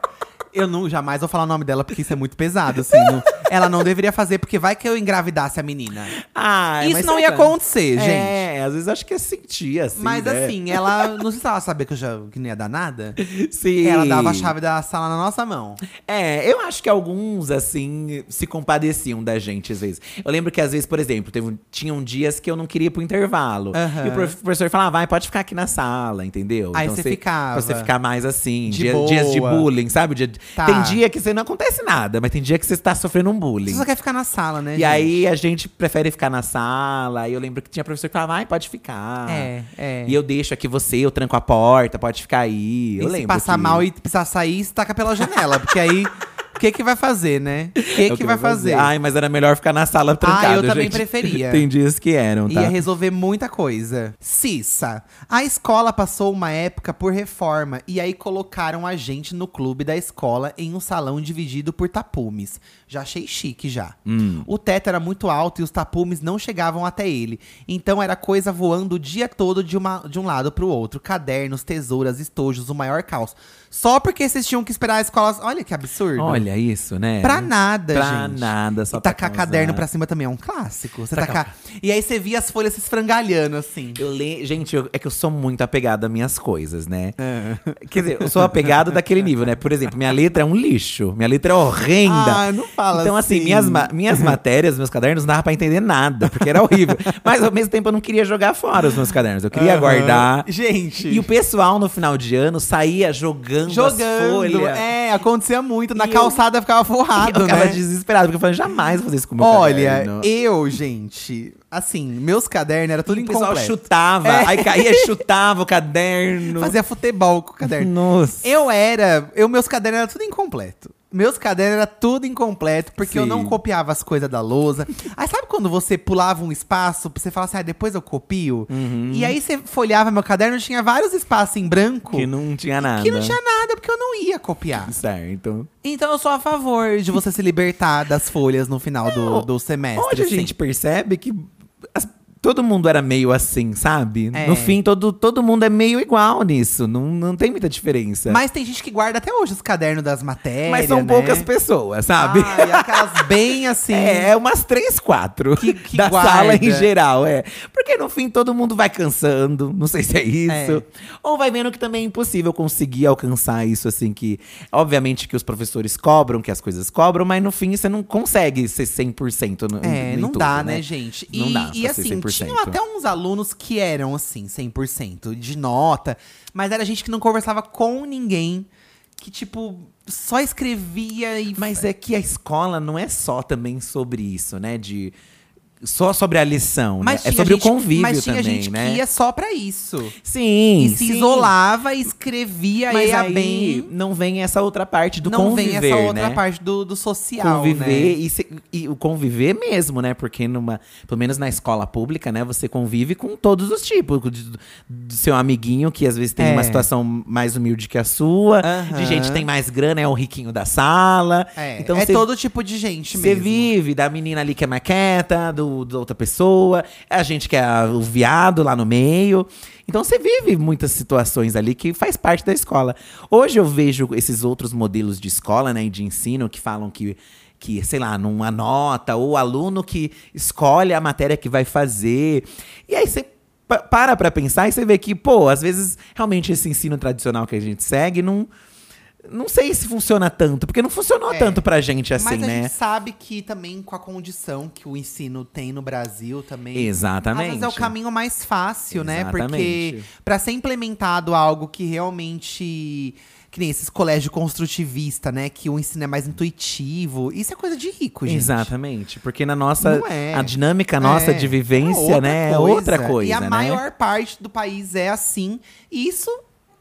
S1: Eu não jamais vou falar o nome dela, porque isso é muito pesado, assim. não- ela não deveria fazer, porque vai que eu engravidasse a menina.
S2: Ah,
S1: isso
S2: mas
S1: não
S2: será
S1: ia
S2: que-
S1: acontecer, gente.
S2: É, às vezes acho que é sentir, assim.
S1: Mas
S2: né?
S1: assim, ela. Não sei se ela sabia que eu já que não ia dar nada.
S2: Sim.
S1: Ela dava a chave da sala na nossa mão.
S2: É, eu acho que alguns, assim, se compadeciam da gente, às vezes. Eu lembro que, às vezes, por exemplo, teve, um- tinham dias que eu não queria ir pro intervalo.
S1: Aham.
S2: E o prof- professor falava, vai, pode ficar aqui na sala, entendeu?
S1: Aí você ficava.
S2: Pra então você ficar mais assim,
S1: De
S2: dia- dias de
S1: boa.
S2: bullying, sabe? Dia-
S1: Tá.
S2: Tem dia que você não acontece nada, mas tem dia que você está sofrendo um
S1: Você
S2: bullying.
S1: só quer ficar na sala, né?
S2: E
S1: gente?
S2: aí a gente prefere ficar na sala. E eu lembro que tinha professor que falava, vai, pode ficar.
S1: É, é.
S2: E eu deixo aqui você, eu tranco a porta, pode ficar aí. Eu
S1: E
S2: lembro.
S1: se passar
S2: que-
S1: mal e precisar sair, estaca pela janela. Porque aí, o que que vai fazer, né? O que
S2: É o
S1: que, vai
S2: eu vou
S1: fazer?
S2: Ai, mas era melhor ficar na sala trancada,
S1: eu também
S2: gente.
S1: preferia. é
S2: Tem dias que eram, tá?
S1: Ia resolver muita coisa. Cissa. A escola passou uma época por reforma e aí colocaram a gente no clube da escola em um salão dividido por tapumes. Já achei chique já.
S2: Hum.
S1: O teto era muito alto e os tapumes não chegavam até ele. Então era coisa voando o dia todo de, uma, de um lado pro outro. Cadernos, tesouras, estojos, o maior caos. Só porque vocês tinham que esperar a escola. Olha que absurdo.
S2: Olha isso, né?
S1: Pra nada,
S2: Pra
S1: gente.
S2: nada, só
S1: E tacar
S2: pra causar.
S1: caderno pra cima também é um clássico. Você tacar. E aí você via as folhas se esfrangalhando, assim.
S2: Eu le... Gente, eu- é que eu sou muito apegado às minhas coisas, né?
S1: É.
S2: Quer dizer, eu sou apegado daquele nível, né? Por exemplo, minha letra é um lixo. Minha letra é horrenda.
S1: Ah, não fala
S2: Então, assim,
S1: assim.
S2: minhas, ma- minhas matérias, meus cadernos, não dava pra entender nada, porque era horrível. Mas ao mesmo tempo eu não queria jogar fora os meus cadernos. Eu queria guardar.
S1: Gente.
S2: E o pessoal no final de ano saía jogando, as
S1: jogando.
S2: folhas.
S1: É, acontecia muito. Na
S2: E eu-
S1: calçada ficava forrado,
S2: eu ficava
S1: né?
S2: desesperado, porque eu falei, jamais vou fazer isso com o meu
S1: Olha,
S2: caderno.
S1: eu, gente, assim, meus cadernos era tudo
S2: o pessoal
S1: incompleto.
S2: chutava,
S1: É.
S2: aí caía e chutava o caderno.
S1: Fazia futebol com o caderno.
S2: Nossa.
S1: Eu era. Eu, meus cadernos eram tudo incompleto. Meus cadernos eram tudo incompleto, porque eu
S2: Sim.
S1: não copiava as coisas da lousa. Aí sabe quando você pulava um espaço, você falava assim, ah, depois eu copio?
S2: Uhum.
S1: E aí você folhava meu caderno, tinha vários espaços em branco
S2: Que não tinha nada.
S1: que não tinha nada, porque eu não ia copiar.
S2: Certo.
S1: Então eu sou a favor de
S2: É
S1: você se libertar das folhas no final do, do semestre.
S2: Hoje a
S1: assim.
S2: gente percebe que as- Todo mundo era meio assim, sabe?
S1: É.
S2: No fim, todo, todo mundo é meio igual nisso. Não, não tem muita diferença.
S1: Mas tem gente que guarda até hoje os cadernos das matérias.
S2: Mas são
S1: né?
S2: poucas pessoas, sabe?
S1: Ai, aquelas bem assim.
S2: É, é umas três, quatro
S1: Que- que
S2: da
S1: guarda.
S2: sala em geral, é. Porque no fim todo mundo vai cansando, não sei se é isso.
S1: É.
S2: Ou vai vendo que também é impossível conseguir alcançar isso, assim, que… Obviamente que os professores cobram, que as coisas cobram, mas no fim você não consegue ser 100% no,
S1: É,
S2: em
S1: não
S2: tudo,
S1: dá, né, gente? E,
S2: Não dá
S1: e
S2: pra ser
S1: assim,
S2: 100%.
S1: tinham até uns alunos que eram assim, 100% de nota, mas era gente que não conversava com ninguém, que tipo, só escrevia e.
S2: Mas é que a escola não é só também sobre isso, né? De… Só sobre a lição,
S1: Mas
S2: né? É
S1: tinha
S2: sobre
S1: gente-
S2: o convívio
S1: Mas tinha
S2: também,
S1: gente
S2: né?
S1: que ia só pra isso.
S2: Sim,
S1: E se
S2: sim.
S1: isolava, escrevia e
S2: Mas
S1: ia
S2: aí
S1: bem.
S2: não vem essa outra parte do
S1: não
S2: conviver,
S1: vem essa outra
S2: né?
S1: parte do, do social,
S2: Conviver
S1: né?
S2: e, se- e o conviver mesmo, né? Porque numa, pelo menos na escola pública, né, você convive com todos os tipos, com de- do seu amiguinho que às vezes tem
S1: É.
S2: uma situação mais humilde que a sua,
S1: Aham.
S2: de gente que tem mais grana, é o riquinho da sala.
S1: É,
S2: então
S1: é
S2: você
S1: todo tipo de gente
S2: você
S1: mesmo.
S2: vive da menina ali que é maqueta, do, da outra pessoa, a gente que é o viado lá no meio. Então você vive muitas situações ali que faz parte da escola. Hoje eu vejo esses outros modelos de escola, né, e de ensino que falam que que, sei lá, não anota, ou o aluno que escolhe a matéria que vai fazer. E aí você pa- para pra pensar e você vê que, pô, às vezes realmente esse ensino tradicional que a gente segue não não sei se funciona tanto, porque não funcionou
S1: É.
S2: tanto pra gente assim,
S1: Mas a
S2: né?
S1: gente sabe que também com a condição que o ensino tem no Brasil também.
S2: Exatamente.
S1: Às vezes é o caminho mais fácil, né? Porque
S2: Exatamente.
S1: pra ser implementado algo que realmente. Que nem esses colégios construtivistas, né? Que o ensino é mais intuitivo. Isso é coisa de rico, gente.
S2: Exatamente, porque na nossa
S1: Não é.
S2: a dinâmica nossa
S1: É.
S2: de
S1: É
S2: vivência,
S1: outra
S2: né, é outra coisa,
S1: E a
S2: né?
S1: maior parte do país é assim. E isso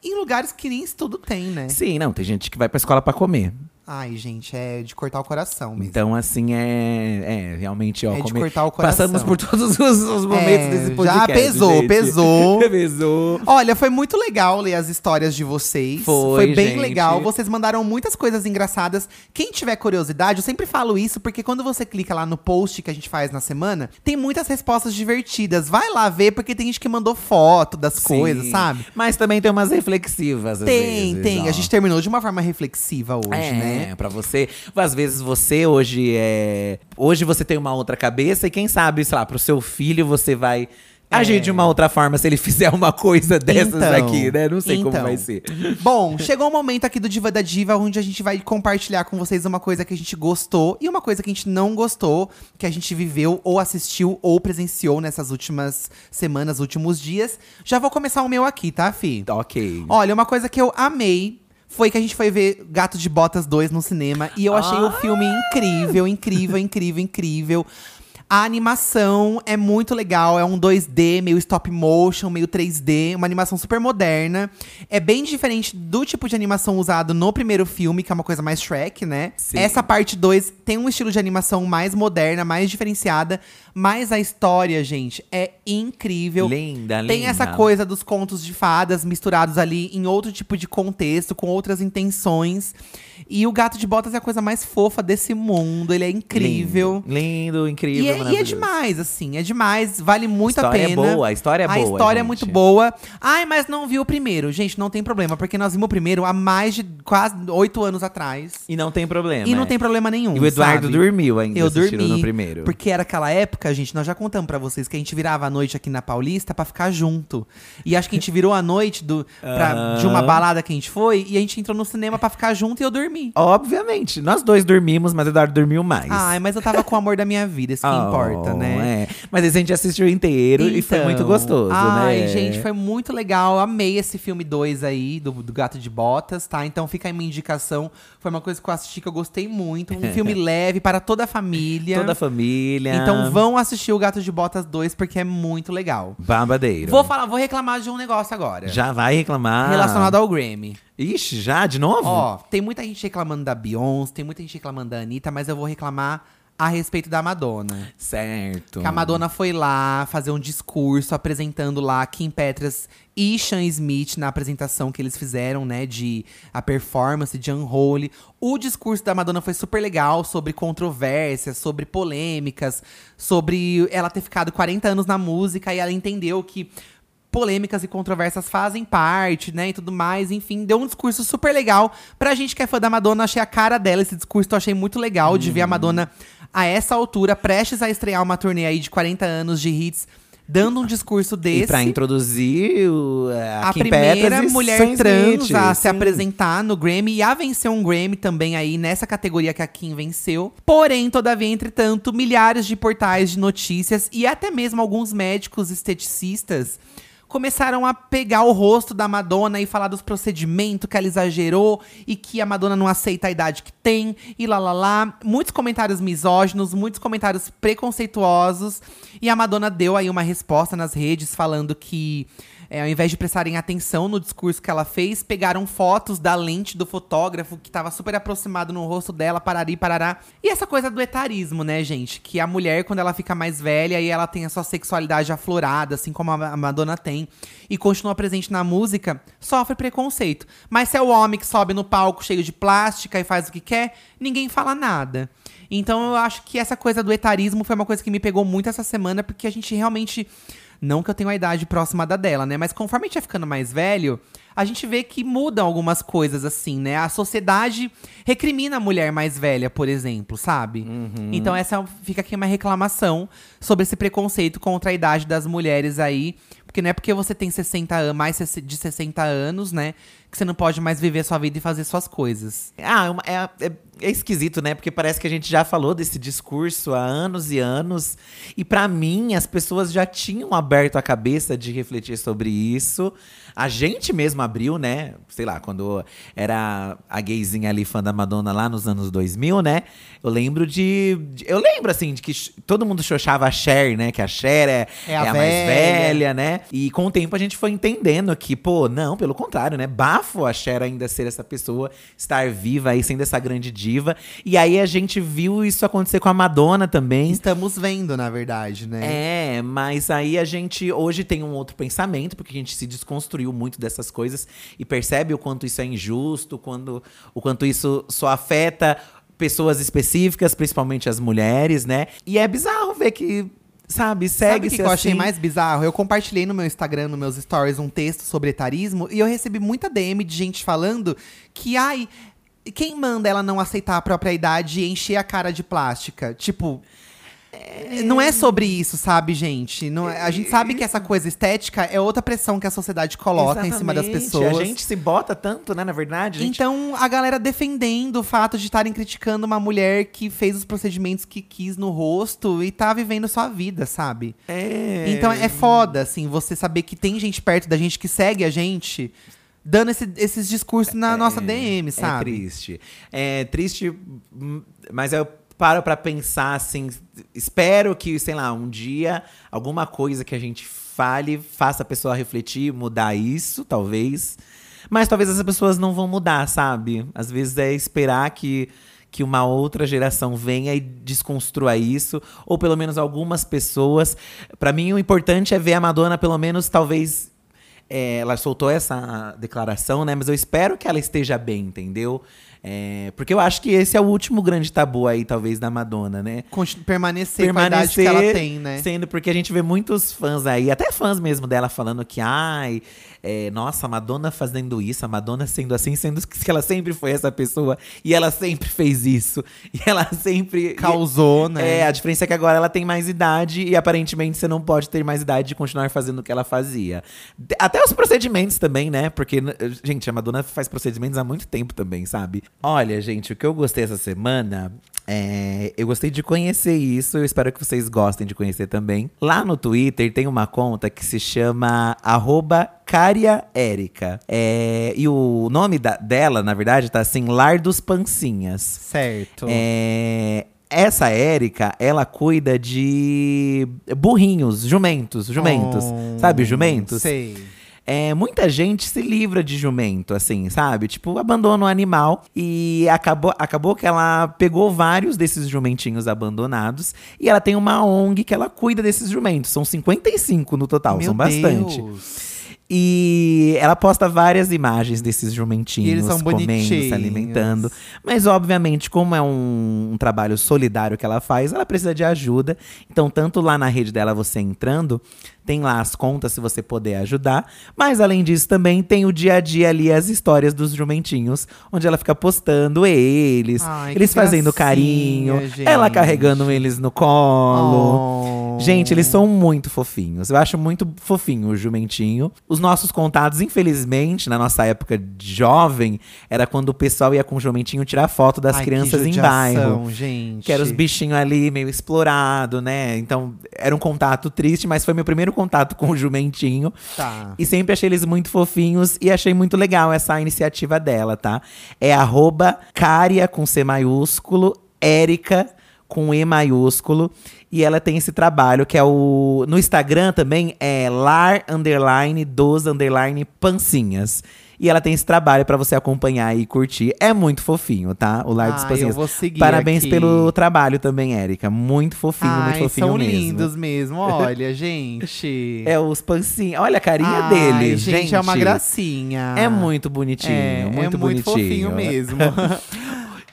S1: em lugares que nem estudo tem, né?
S2: Sim, não, tem gente que vai pra escola pra comer.
S1: Ai, gente, é de cortar o coração mesmo.
S2: Então assim é, é realmente ó,
S1: É de
S2: come-
S1: cortar o coração.
S2: Passamos por todos os, os momentos
S1: É,
S2: desse
S1: já
S2: podcast.
S1: pesou,
S2: gente.
S1: pesou.
S2: pesou.
S1: Olha, foi muito legal ler as histórias de vocês.
S2: Foi,
S1: bem
S2: gente.
S1: legal. Vocês mandaram muitas coisas engraçadas. Quem tiver curiosidade, eu sempre falo isso, porque quando você clica lá no post que a gente faz na semana, tem muitas respostas divertidas. Vai lá ver, porque tem gente que mandou foto das coisas,
S2: Sim.
S1: sabe?
S2: Mas também tem umas reflexivas às
S1: Tem,
S2: vezes,
S1: tem.
S2: ó.
S1: A gente terminou de uma forma reflexiva hoje,
S2: é,
S1: né?
S2: Pra você. Às vezes você hoje é. Hoje você tem uma outra cabeça e quem sabe, sei lá, pro seu filho você vai. Agir de uma outra forma se ele fizer uma coisa dessas
S1: É. Então,
S2: aqui, né? Não sei
S1: então.
S2: como vai ser.
S1: Bom, chegou o momento aqui do Diva da Diva, onde a gente vai compartilhar com vocês uma coisa que a gente gostou e uma coisa que a gente não gostou, que a gente viveu ou assistiu ou presenciou nessas últimas semanas, últimos dias. Já vou começar o meu aqui, tá, Fi?
S2: Então, Ok.
S1: Olha, uma coisa que eu amei foi que a gente foi ver Gato de Botas 2 no cinema e eu achei o filme incrível, incrível, incrível, incrível. A animação é muito legal, é um 2D, meio stop motion, meio 3D, uma animação super moderna. É bem diferente do tipo de animação usado no primeiro filme, que é uma coisa mais Shrek, né?
S2: Sim.
S1: Essa parte 2 tem um estilo de animação mais moderna, mais diferenciada, mas a história, gente, é incrível.
S2: linda, linda.
S1: Tem essa coisa dos contos de fadas misturados ali em outro tipo de contexto, com outras intenções. E o gato de botas é a coisa mais fofa desse mundo. Ele é incrível.
S2: Lindo, lindo, incrível.
S1: E é, e é
S2: maravilhoso.
S1: demais, assim, é demais, vale muito
S2: história
S1: a pena.
S2: É boa, a história é
S1: a
S2: boa.
S1: história é
S2: gente.
S1: muito boa. Ai, mas não viu o primeiro. Gente, não tem problema, porque nós vimos o primeiro há mais de quase oito anos atrás.
S2: E não tem problema.
S1: E não
S2: é.
S1: tem problema nenhum.
S2: E o Eduardo
S1: sabe?
S2: dormiu ainda.
S1: Eu
S2: assistindo
S1: dormi.
S2: no primeiro.
S1: Porque era aquela época, gente, nós já contamos pra vocês que a gente virava a noite aqui na Paulista pra ficar junto. E acho que a gente virou a noite do, pra- de uma balada que a gente foi e a gente entrou no cinema pra ficar junto e eu dormi.
S2: Obviamente. Nós dois dormimos, mas o Eduardo dormiu mais.
S1: Ai, mas eu tava com o amor da minha vida, isso que
S2: Oh,
S1: importa, né?
S2: é. Mas esse a gente assistiu inteiro e foi
S1: Então,
S2: muito gostoso,
S1: ai,
S2: né?
S1: gente, foi muito legal. Eu amei esse filme 2 aí, do, do Gato de Botas, tá? Então fica aí minha indicação. Foi uma coisa que eu assisti que eu gostei muito. Um filme leve para toda a família.
S2: Toda a família.
S1: Então vão assistir o Gato de Botas 2 porque é muito legal.
S2: Babadeiro.
S1: Vou falar, vou reclamar de um negócio agora.
S2: Já vai reclamar.
S1: Relacionado ao Grammy.
S2: Ixi, já? De novo?
S1: Ó, tem muita gente reclamando da Beyoncé, tem muita gente reclamando da Anitta, mas eu vou reclamar a respeito da Madonna.
S2: Certo.
S1: Que a Madonna foi lá fazer um discurso apresentando lá Kim Petras e Sean Smith na apresentação que eles fizeram, né, de a performance de Unholy. O discurso da Madonna foi super legal sobre controvérsias, sobre polêmicas, sobre ela ter ficado 40 anos na música e ela entendeu que polêmicas e controvérsias fazem parte, né, e tudo mais. Enfim, deu um discurso super legal. Pra gente que é fã da Madonna, achei a cara dela esse discurso. Eu achei muito legal de
S2: Uhum.
S1: ver a Madonna a essa altura, prestes a estrear uma turnê aí de 40 anos de hits, dando um discurso desse.
S2: E pra introduzir o, a,
S1: a
S2: Kim
S1: primeira
S2: Petras e
S1: mulher
S2: Sam
S1: trans
S2: Smith,
S1: a se
S2: sim.
S1: apresentar no Grammy e a vencer um Grammy também aí nessa categoria que a Kim venceu. Porém, todavia, entretanto, milhares de portais de notícias e até mesmo alguns médicos esteticistas começaram a pegar o rosto da Madonna e falar dos procedimentos que ela exagerou e que a Madonna não aceita a idade que tem e lá lá lá. Muitos comentários misóginos, muitos comentários preconceituosos e a Madonna deu aí uma resposta nas redes falando que é, ao invés de prestarem atenção no discurso que ela fez, pegaram fotos da lente do fotógrafo que tava super aproximado no rosto dela, parari, parará. E essa coisa do etarismo, né, gente? Que a mulher, quando ela fica mais velha e ela tem a sua sexualidade aflorada, assim como a Madonna tem, e continua presente na música, sofre preconceito. Mas se é o homem que sobe no palco cheio de plástica e faz o que quer, ninguém fala nada. Então eu acho que essa coisa do etarismo foi uma coisa que me pegou muito essa semana, porque a gente realmente. Não que eu tenho a idade próxima da dela, né? Mas conforme a gente vai ficando mais velho, a gente vê que mudam algumas coisas, assim, né? A sociedade recrimina a mulher mais velha, por exemplo, sabe? Então essa fica aqui uma reclamação sobre esse preconceito contra a idade das mulheres aí. Porque não é porque você tem 60 an- mais 60 de 60 anos, né? Que você não pode mais viver sua vida e fazer suas coisas.
S2: Ah, é uma- é, é- é esquisito, né? Porque parece que a gente já falou desse discurso há anos e anos. E pra mim, as pessoas já tinham aberto a cabeça de refletir sobre isso. A gente mesmo abriu, né? Sei lá, quando era a gayzinha ali, fã da Madonna, lá nos anos 2000, né? Eu lembro de. de- eu lembro, assim, de que ch- todo mundo xoxava a Cher, né? Que a Cher é,
S1: É a
S2: é a mais
S1: velha.
S2: velha velha, né? E com o tempo a gente foi entendendo que, pô, não, pelo contrário, né? Bafo a Cher ainda ser essa pessoa, estar viva aí, sendo essa grande diva. E aí a gente viu isso acontecer com a Madonna também. né?
S1: Estamos vendo, na verdade, né?
S2: É, mas aí a gente hoje tem um outro pensamento, porque a gente se desconstruiu muito dessas coisas e percebe o quanto isso é injusto, quando, o quanto isso só afeta pessoas específicas, principalmente as mulheres, né? E é bizarro ver que,
S1: Sabe
S2: sabe,
S1: o
S2: segue-se
S1: que, que eu achei
S2: assim.
S1: mais bizarro? Eu compartilhei no meu Instagram, nos meus stories, um texto sobre etarismo e eu recebi muita DM de gente falando que, ai, quem manda ela não aceitar a própria idade e encher a cara de plástica? Tipo. Não é sobre isso, sabe, gente? Não é- a gente sabe que essa coisa estética é outra pressão que a sociedade coloca em cima das
S2: Exatamente.
S1: pessoas.
S2: A gente se bota tanto, né, na verdade. a gente-
S1: Então, a galera defendendo o fato de estarem criticando uma mulher que fez os procedimentos que quis no rosto e tá vivendo sua vida, sabe?
S2: é...
S1: Então é foda, assim, você saber que tem gente perto da gente que segue a gente dando esse- esses discursos na nossa DM,
S2: É
S1: sabe?
S2: triste. É triste, hum, mas eu paro pra pensar assim, espero que, sei lá, um dia alguma coisa que a gente fale faça a pessoa refletir, mudar isso, talvez. Mas talvez essas pessoas não vão mudar, sabe? Às vezes é esperar que que uma outra geração venha e desconstrua isso, ou pelo menos algumas pessoas. Pra mim, o importante é ver a Madonna, pelo menos, talvez é, ela soltou essa declaração, né? Mas eu espero que ela esteja bem, entendeu? É, porque eu acho que esse é o último grande tabu aí, talvez, da Madonna, né?
S1: Continu- permanecer, permanecer com a idade que ela tem, né?
S2: Sendo porque a gente vê muitos fãs aí, até fãs mesmo dela falando que, ai, é, nossa, a Madonna fazendo isso, a Madonna sendo assim, sendo que ela sempre foi essa pessoa e ela sempre fez isso. E ela sempre.
S1: Causou, né?
S2: É, a diferença é que agora ela tem mais idade e aparentemente você não pode ter mais idade de continuar fazendo o que ela fazia. De- Até os procedimentos também, né? Porque, n- gente, a Madonna faz procedimentos há muito tempo também, sabe? Olha, gente, o que eu gostei essa semana. é, eu gostei de conhecer isso, eu espero que vocês gostem de conhecer também. Lá no Twitter tem uma conta que se chama arroba Cária Érica. É, e o nome da- dela, na verdade, tá assim, Lar dos Pancinhas.
S1: Certo.
S2: É, essa Érica, ela cuida de burrinhos, jumentos, jumentos.
S1: Oh,
S2: sabe, jumentos?
S1: Sei.
S2: é, muita gente se livra de jumento, assim, sabe? Tipo, abandona o animal e acabou, acabou que ela pegou vários desses jumentinhos abandonados e ela tem uma ONG que ela cuida desses jumentos. São 55 no total,
S1: Meu
S2: são bastante.
S1: Deus.
S2: E ela posta várias imagens desses jumentinhos
S1: E eles são
S2: comendo, se
S1: bonitinhos.
S2: alimentando. Mas, obviamente, como é um, um trabalho solidário que ela faz, ela precisa de ajuda. Então, tanto lá na rede dela, você entrando, tem lá as contas se você puder ajudar. Mas, além disso, também tem o dia a dia ali, as histórias dos jumentinhos, onde ela fica postando eles,
S1: Ai, que
S2: eles fazendo
S1: gracinha,
S2: carinho, ela
S1: gente.
S2: carregando eles no colo.
S1: Oh.
S2: Gente, eles são muito fofinhos. Eu acho muito fofinho o jumentinho. Os nossos contatos, infelizmente, na nossa época de jovem, era quando o pessoal ia com o jumentinho tirar foto das
S1: Ai, que
S2: crianças em
S1: judiação,
S2: bairro.
S1: gente.
S2: Que eram os bichinhos ali, meio explorado, né? Então, era um contato triste, mas foi meu primeiro contato com o jumentinho.
S1: Tá.
S2: E sempre achei eles muito fofinhos e achei muito legal essa iniciativa dela, tá? É arroba Caria com C maiúsculo, Érica com E maiúsculo. E ela tem esse trabalho que é o. No Instagram também é lar underline dos underline pancinhas. E ela tem esse trabalho pra você acompanhar e curtir. É muito fofinho, tá? O Lar
S1: Ai, Ah,
S2: dos
S1: eu
S2: Pancinhas.
S1: vou seguir
S2: Parabéns
S1: aqui.
S2: pelo trabalho também, Érica. Muito fofinho,
S1: Ai,
S2: muito fofinho
S1: são
S2: mesmo.
S1: lindos mesmo, olha, gente.
S2: É os pancinhos. Olha a carinha
S1: Ai,
S2: deles,
S1: gente, é uma
S2: gracinha.
S1: gracinha.
S2: É muito bonitinho,
S1: É,
S2: muito
S1: é muito
S2: bonitinho.
S1: fofinho mesmo.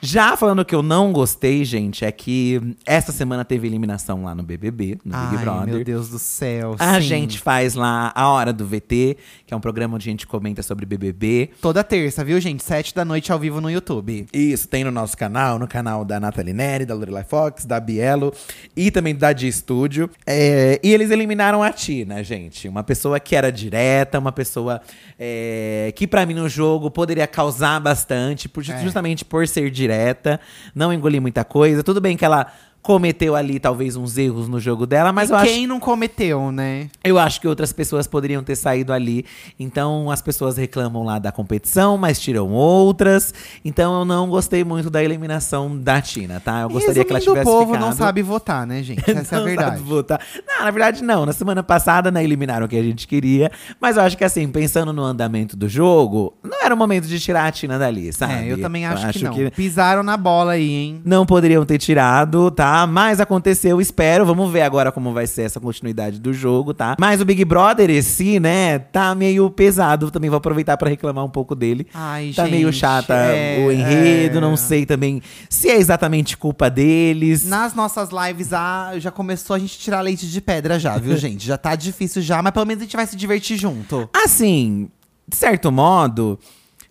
S2: Já falando que eu não gostei, gente, é que essa semana teve eliminação lá no BBB, no Big
S1: Ai,
S2: Brother.
S1: meu Deus do céu,
S2: A
S1: sim.
S2: gente faz lá a Hora do VT, que é um programa onde a gente comenta sobre BBB.
S1: Toda terça, viu, gente? Sete da noite ao vivo no YouTube.
S2: Isso, tem no nosso canal, no canal da Nathalie Neri, da Lorelai Fox, da Bielo e também da de Estúdio. É, e eles eliminaram a Tina, gente. Uma pessoa que era direta, uma pessoa é, que pra mim no jogo poderia causar bastante, por-
S1: É.
S2: justamente por ser direta, não engolir muita coisa. Tudo bem que ela cometeu ali talvez uns erros no jogo dela, mas
S1: E
S2: eu acho
S1: quem não cometeu, né?
S2: eu acho que outras pessoas poderiam ter saído ali. Então as pessoas reclamam lá da competição, mas tiram outras. Então eu não gostei muito da eliminação da Tina, tá? Eu gostaria que ela
S1: Resumindo,
S2: tivesse
S1: o povo
S2: ficado.
S1: não sabe votar, né, gente? Essa é a
S2: Não
S1: verdade.
S2: sabe votar. Não, na verdade, não. Na semana passada, né, eliminaram o que a gente queria. Mas eu acho que, assim, pensando no andamento do jogo, não era o momento de tirar a Tina dali, sabe?
S1: É, eu também acho, que não. Pisaram na bola aí, hein?
S2: não poderiam ter tirado, tá? Mas aconteceu, espero. Vamos ver agora como vai ser essa continuidade do jogo, tá? Mas o Big Brother esse, né, tá meio pesado. Também vou aproveitar pra reclamar um pouco dele.
S1: Ai,
S2: tá
S1: gente,
S2: meio chata
S1: é,
S2: o enredo,
S1: é.
S2: não sei também se é exatamente culpa deles.
S1: Nas nossas lives ah, já começou a gente tirar leite de pedra já, viu, gente? Já tá difícil já, mas pelo menos a gente vai se divertir junto.
S2: Assim, de certo modo,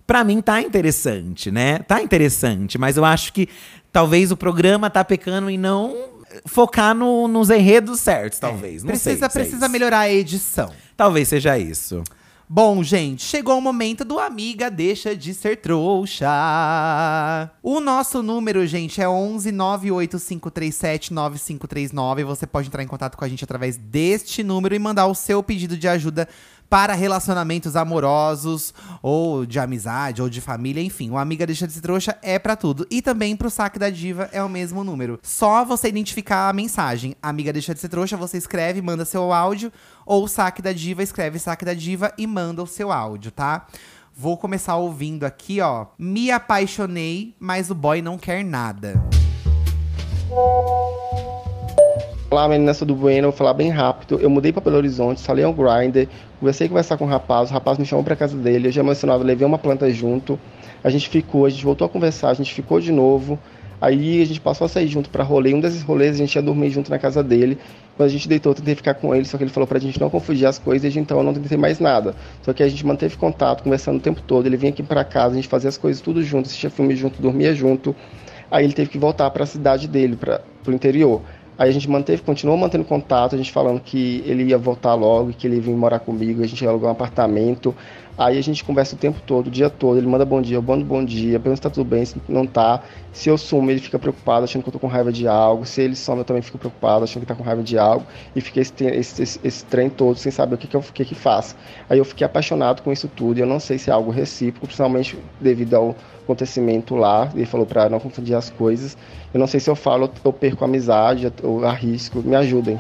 S2: pra mim tá interessante, né? Tá interessante, mas eu acho que talvez o programa tá pecando em não focar no- nos enredos certos, talvez. não sei,
S1: precisa
S2: não sei
S1: precisa
S2: se- é
S1: melhorar a edição.
S2: Talvez seja isso.
S1: Bom, gente, chegou o momento do Amiga Deixa de Ser Trouxa. O nosso número, gente, é 11 985379539. Você pode entrar em contato com a gente através deste número e mandar o seu pedido de ajuda para relacionamentos amorosos, ou de amizade, ou de família, enfim. O Amiga Deixa de Ser Trouxa é pra tudo. E também pro Saque da Diva é o mesmo número. Só você identificar a mensagem. Amiga Deixa de Ser Trouxa, você escreve, manda seu áudio. Ou Saque da Diva, escreve Saque da Diva e manda o seu áudio, tá? Vou começar ouvindo aqui, ó. Me apaixonei, mas o boy não quer nada.
S3: Olá, meninas, tudo bueno? Vou falar bem rápido. Eu mudei pra Belo Horizonte, salei um grinder, comecei a conversar com o rapaz, o rapaz me chamou pra casa dele, eu já emocionado, levei uma planta junto, a gente ficou, a gente voltou a conversar, a gente ficou de novo, aí a gente passou a sair junto pra rolê, um desses rolês a gente ia dormir junto na casa dele, quando a gente deitou eu tentei ficar com ele, só que ele falou pra gente não confundir as coisas, desde então eu não tentei mais nada, só que a gente manteve contato, conversando o tempo todo, ele vinha aqui pra casa, a gente fazia as coisas tudo junto, assistia filme junto, dormia junto, aí ele teve que voltar pra cidade dele, pra, pro interior. Aí a gente manteve, continuou mantendo contato, a gente falando que ele ia voltar logo, que ele ia vir morar comigo, a gente ia alugar um apartamento. Aí a gente conversa o tempo todo, o dia todo, ele manda bom dia, eu mando bom dia, pergunta se tá tudo bem, se não tá. Se eu sumo, ele fica preocupado, achando que eu tô com raiva de algo. Se ele some, eu também fico preocupado, achando que tá com raiva de algo. E fica esse, tre- esse, esse, esse trem todo sem saber o que que, eu, o que que faço. Aí eu fiquei apaixonado com isso tudo, e eu não sei se é algo recíproco, principalmente devido ao acontecimento lá. Ele falou pra não confundir as coisas. Eu não sei se eu falo, eu perco a amizade, eu arrisco. Me ajudem.